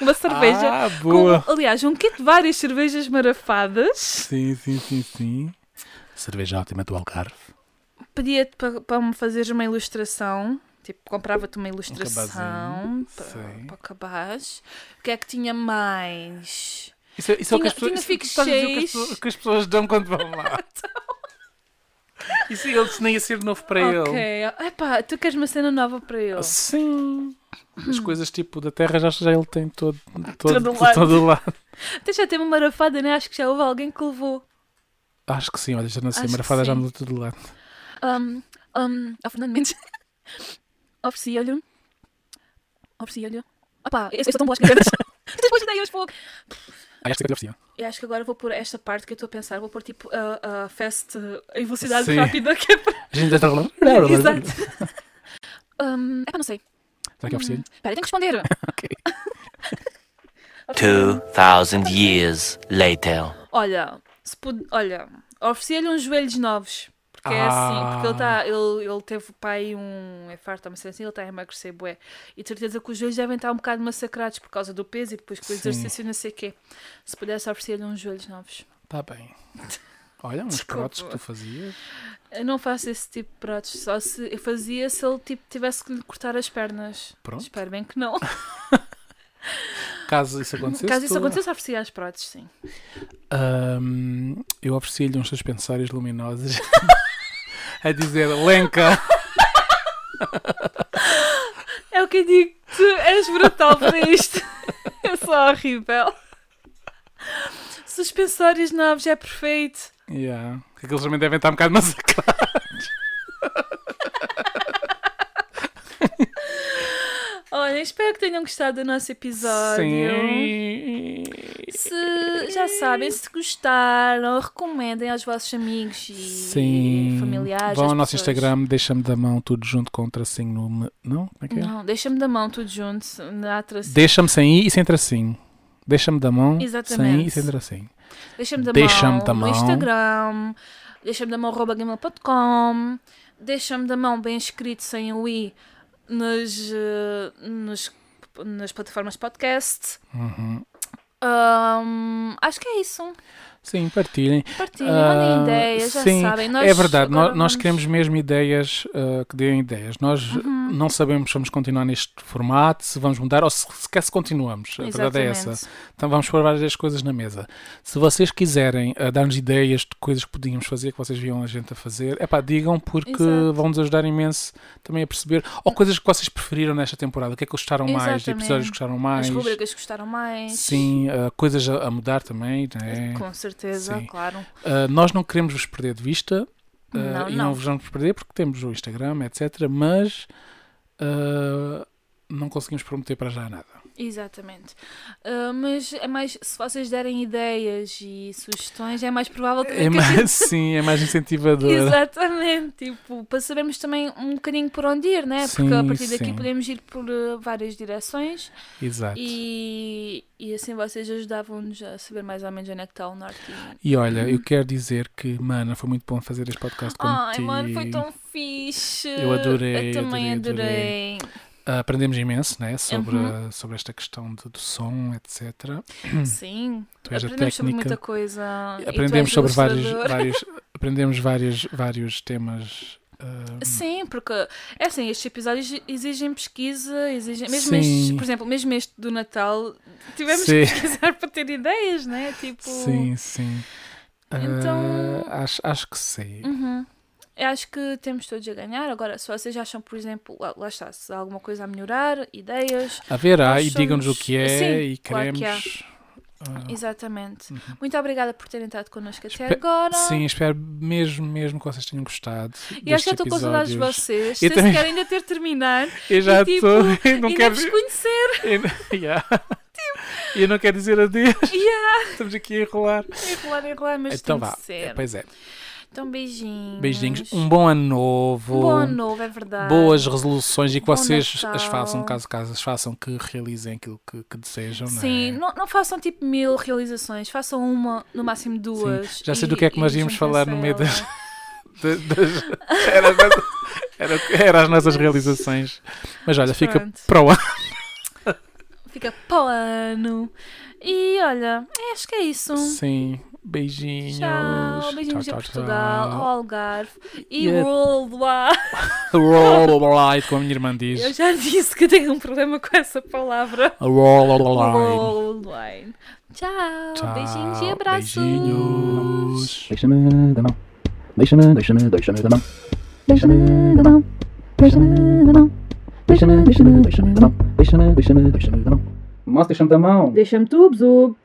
Speaker 2: uma cerveja.
Speaker 1: Ah,
Speaker 2: com-
Speaker 1: boa.
Speaker 2: aliás, um kit de várias cervejas marafadas.
Speaker 1: Sim, sim, sim, sim. Cerveja ótima do Algarve.
Speaker 2: Pedia-te para me fazeres uma ilustração. Tipo, comprava-te uma
Speaker 1: Um cabazinho,
Speaker 2: ilustração para,
Speaker 1: sim.
Speaker 2: para o cabaz. O que é que tinha mais?
Speaker 1: Isso, é- isso é o que as
Speaker 2: Tinha-
Speaker 1: pessoas.
Speaker 2: tinha
Speaker 1: isso- estás a dizer o que as
Speaker 2: fixes.
Speaker 1: pessoas- o que as pessoas dão quando vão lá.
Speaker 2: Então.
Speaker 1: Isso ele isso nem ia ser novo para ele. Ah,
Speaker 2: Ok. Epá, tu queres uma cena nova para ele.
Speaker 1: Sim. As coisas tipo da terra já, já ele tem todo, todo,
Speaker 2: Todo lado.
Speaker 1: todo lado.
Speaker 2: Até já tem uma marafada, né? Acho que já houve alguém que levou.
Speaker 1: Acho que sim, olha, já nasci
Speaker 2: Acho que
Speaker 1: marafada, já
Speaker 2: sim.
Speaker 1: mudou tudo lado.
Speaker 2: Um, um, ao Fernando Mendes. Oferecia-lhe. Oferecia-lhe. Opá, eu eu sou tão boa a escrever. Depois daí eu fogo.
Speaker 1: Ah, esta é a opção.
Speaker 2: Eu acho que agora vou pôr esta parte que eu estou a pensar. Vou pôr tipo a a fast uh, em velocidade
Speaker 1: Sim.
Speaker 2: rápida. Que é para...
Speaker 1: A gente já está falando.
Speaker 2: Exato. um, epá, não sei.
Speaker 1: Será que é oferecido?
Speaker 2: Espera, eu tenho que responder.
Speaker 5: 2,000 years later.
Speaker 2: Olha, se pude, olha, oferecia-lhe uns joelhos novos. Porque é assim, porque ele,
Speaker 1: Ah.
Speaker 2: tá, ele, ele teve pai um infarto, uma cena assim, ele está a emagrecer, bué. E de certeza que os joelhos devem estar um bocado massacrados por causa do peso e depois com o
Speaker 1: Sim.
Speaker 2: exercício, não sei o quê. Se pudesse oferecer-lhe uns joelhos novos.
Speaker 1: Está Tá bem. Olha, uns
Speaker 2: Desculpa.
Speaker 1: crotos que tu fazias.
Speaker 2: Eu não faço esse tipo de pratos, só se eu fazia se ele tipo, tivesse que lhe cortar as pernas.
Speaker 1: Pronto.
Speaker 2: Espero bem que não.
Speaker 1: Caso isso acontecesse.
Speaker 2: Caso isso
Speaker 1: tu-
Speaker 2: acontecesse, oferecia as próteses, sim.
Speaker 1: Ahm, eu ofereci-lhe uns suspensórios luminosos a dizer Lenca.
Speaker 2: É o que eu digo, tu és brutal para isto. É só horrível. Suspensórios novos é perfeito.
Speaker 1: Yeah. Que Aqueles também devem estar um bocado massacrados.
Speaker 2: Olha, espero que tenham gostado do nosso episódio.
Speaker 1: Sim.
Speaker 2: Se já sabem, se gostaram, recomendem aos vossos amigos e
Speaker 1: Sim.
Speaker 2: familiares.
Speaker 1: Vão
Speaker 2: às
Speaker 1: ao nosso
Speaker 2: pessoas.
Speaker 1: Instagram, deixa-me da mão tudo junto com um tracinho no. me- Não? Como é que é?
Speaker 2: Não, deixa-me da mão tudo junto na atração.
Speaker 1: Deixa-me sem i e sem tracinho. Deixa-me da mão sem i e
Speaker 2: Exatamente.
Speaker 1: sem tracinho.
Speaker 2: Deixa-me da
Speaker 1: Deixa-me
Speaker 2: mão
Speaker 1: da
Speaker 2: no
Speaker 1: mão.
Speaker 2: Instagram. Deixa-me da mão arroba gmail.com. Deixa-me da mão bem escrito sem o i nos, eh, nos- nas plataformas podcast.
Speaker 1: Uhum.
Speaker 2: Ahm, acho que é isso.
Speaker 1: Sim, partilhem.
Speaker 2: Partilhem, mandem
Speaker 1: Ah,
Speaker 2: ideias, já
Speaker 1: sim,
Speaker 2: sabem.
Speaker 1: é verdade, nós,
Speaker 2: agora
Speaker 1: nós
Speaker 2: vamos-
Speaker 1: queremos mesmo ideias ah, que deem ideias. Nós
Speaker 2: Uhum.
Speaker 1: não sabemos se vamos continuar neste formato, se vamos mudar ou se sequer se continuamos. A verdade é essa.
Speaker 2: Exatamente.
Speaker 1: Então vamos pôr várias coisas na mesa. Se vocês quiserem ah, dar-nos ideias de coisas que podíamos fazer, que vocês viam a gente a fazer, é pá, digam porque
Speaker 2: Exato.
Speaker 1: vão nos ajudar imenso também a perceber. Ou coisas que vocês preferiram nesta temporada, o que é que gostaram mais, de episódios
Speaker 2: Exatamente.
Speaker 1: que gostaram mais.
Speaker 2: As rubricas que gostaram mais.
Speaker 1: Sim, ah, coisas a, a mudar também, né?
Speaker 2: Com certeza,
Speaker 1: Sim.
Speaker 2: claro.
Speaker 1: Uh, nós não queremos vos perder de vista uh,
Speaker 2: Não,
Speaker 1: e
Speaker 2: não.
Speaker 1: não vos vamos perder porque temos o Instagram, etc. Mas uh, não conseguimos ah, prometer para já nada.
Speaker 2: Exatamente. Ah, mas é mais, se vocês derem ideias e sugestões, é mais provável também
Speaker 1: É
Speaker 2: que a gente-
Speaker 1: mais, sim, é mais incentivador.
Speaker 2: Exatamente, tipo, para sabermos também um bocadinho por onde ir, né? Porque a
Speaker 1: Sim,
Speaker 2: partir daqui
Speaker 1: sim.
Speaker 2: podemos ir por eh, várias direções
Speaker 1: Exato. E...
Speaker 2: e, e assim vocês ajudavam-nos a saber mais ou menos onde é que está o norte. E...
Speaker 1: olha, eu quero dizer que, mana, foi muito bom fazer este podcast contigo.
Speaker 2: Ai, mano, Ah, foi tão fixe!
Speaker 1: Eu adorei,
Speaker 2: Eu
Speaker 1: adorei,
Speaker 2: também adorei.
Speaker 1: adorei. Ah, Aprendemos imenso, né? Sobre,
Speaker 2: Uhum.
Speaker 1: sobre esta questão de, do som, etc.
Speaker 2: Sim,
Speaker 1: Hum. Tu és a
Speaker 2: aprendemos sobre
Speaker 1: técnica.
Speaker 2: muita coisa. Ah, e tu
Speaker 1: Aprendemos
Speaker 2: és
Speaker 1: sobre vários,
Speaker 2: ilustrador.
Speaker 1: vários, aprendemos vários, vários temas. ah,
Speaker 2: Sim, porque é assim, estes episódios exigem pesquisa, exigem. Mesmo
Speaker 1: Sim.
Speaker 2: este, por exemplo, mesmo este do Natal, tivemos
Speaker 1: Sim.
Speaker 2: que pesquisar para ter ideias, né? Tipo.
Speaker 1: Sim, sim.
Speaker 2: Então-
Speaker 1: Ah, acho, acho que sei.
Speaker 2: Uhum. Eu acho que temos todos a ganhar. Agora, se vocês acham, por exemplo, lá, lá está, se há alguma coisa a melhorar, ideias.
Speaker 1: A ver, ah,
Speaker 2: Nós
Speaker 1: e digam-nos o
Speaker 2: somos-
Speaker 1: que é
Speaker 2: Sim,
Speaker 1: e
Speaker 2: claro
Speaker 1: queremos.
Speaker 2: que há.
Speaker 1: ah,
Speaker 2: Exatamente. Muito obrigada por terem estado connosco até
Speaker 1: Espe-
Speaker 2: agora.
Speaker 1: Sim, espero mesmo, mesmo que vocês tenham gostado.
Speaker 2: E acho que eu estou
Speaker 1: destes
Speaker 2: com saudades de
Speaker 1: episódios.
Speaker 2: vocês.
Speaker 1: Eu
Speaker 2: Sem
Speaker 1: também-
Speaker 2: sequer ainda ter terminar.
Speaker 1: Eu já
Speaker 2: e tipo,
Speaker 1: estou. não
Speaker 2: ainda
Speaker 1: quero.
Speaker 2: vos conhecer.
Speaker 1: Eu, yeah.
Speaker 2: Tipo
Speaker 1: eu não quero dizer adeus.
Speaker 2: Yeah.
Speaker 1: Estamos aqui a enrolar.
Speaker 2: Enrolar, enrolar, mas
Speaker 1: então
Speaker 2: tem
Speaker 1: vá.
Speaker 2: de ser.
Speaker 1: Pois é.
Speaker 2: Então, beijinhos.
Speaker 1: Beijinhos. Um bom ano novo.
Speaker 2: Bom ano novo, é verdade.
Speaker 1: Boas resoluções e que
Speaker 2: Bom
Speaker 1: vocês
Speaker 2: Natal.
Speaker 1: as façam, caso caso as façam, que realizem aquilo que, que desejam, não é?
Speaker 2: Sim, não, não façam tipo mil realizações, façam uma, no máximo duas.
Speaker 1: Sim, já sei
Speaker 2: e-
Speaker 1: do que é que
Speaker 2: e
Speaker 1: nós íamos
Speaker 2: juntem-se
Speaker 1: falar no
Speaker 2: a
Speaker 1: meio
Speaker 2: ela.
Speaker 1: das. das- das- era, as nossas- era- era as nossas realizações. Mas olha, fica
Speaker 2: Pronto.
Speaker 1: para o ano.
Speaker 2: Fica para o ano. E olha, é, acho que é isso.
Speaker 1: Sim, beijinhos.
Speaker 2: Tchau, beijinhos
Speaker 1: Tchau,
Speaker 2: a
Speaker 1: tchau,
Speaker 2: Portugal, ao
Speaker 1: tchau.
Speaker 2: Algarve e
Speaker 1: Yeah.
Speaker 2: worldwide.
Speaker 1: Rollerblade, como a minha irmã
Speaker 2: Oh. Eu
Speaker 1: diz.
Speaker 2: já disse que tenho um problema com essa palavra.
Speaker 1: Rollerblide.
Speaker 2: Worldwide. Tchau,
Speaker 1: Tchau,
Speaker 2: beijinhos e abraços.
Speaker 1: Beijinhos.
Speaker 6: Deixa-me da mão. Deixa-me, deixa-me, deixa-me da mão. Deixa-me da mão. Deixa-me da mão. Deixa-me, deixa-me, deixa-me da mão. Deixa-me, deixa-me, deixa-me da mão. Moço, deixa-me da mão.
Speaker 7: Deixa-me tu, Bzub.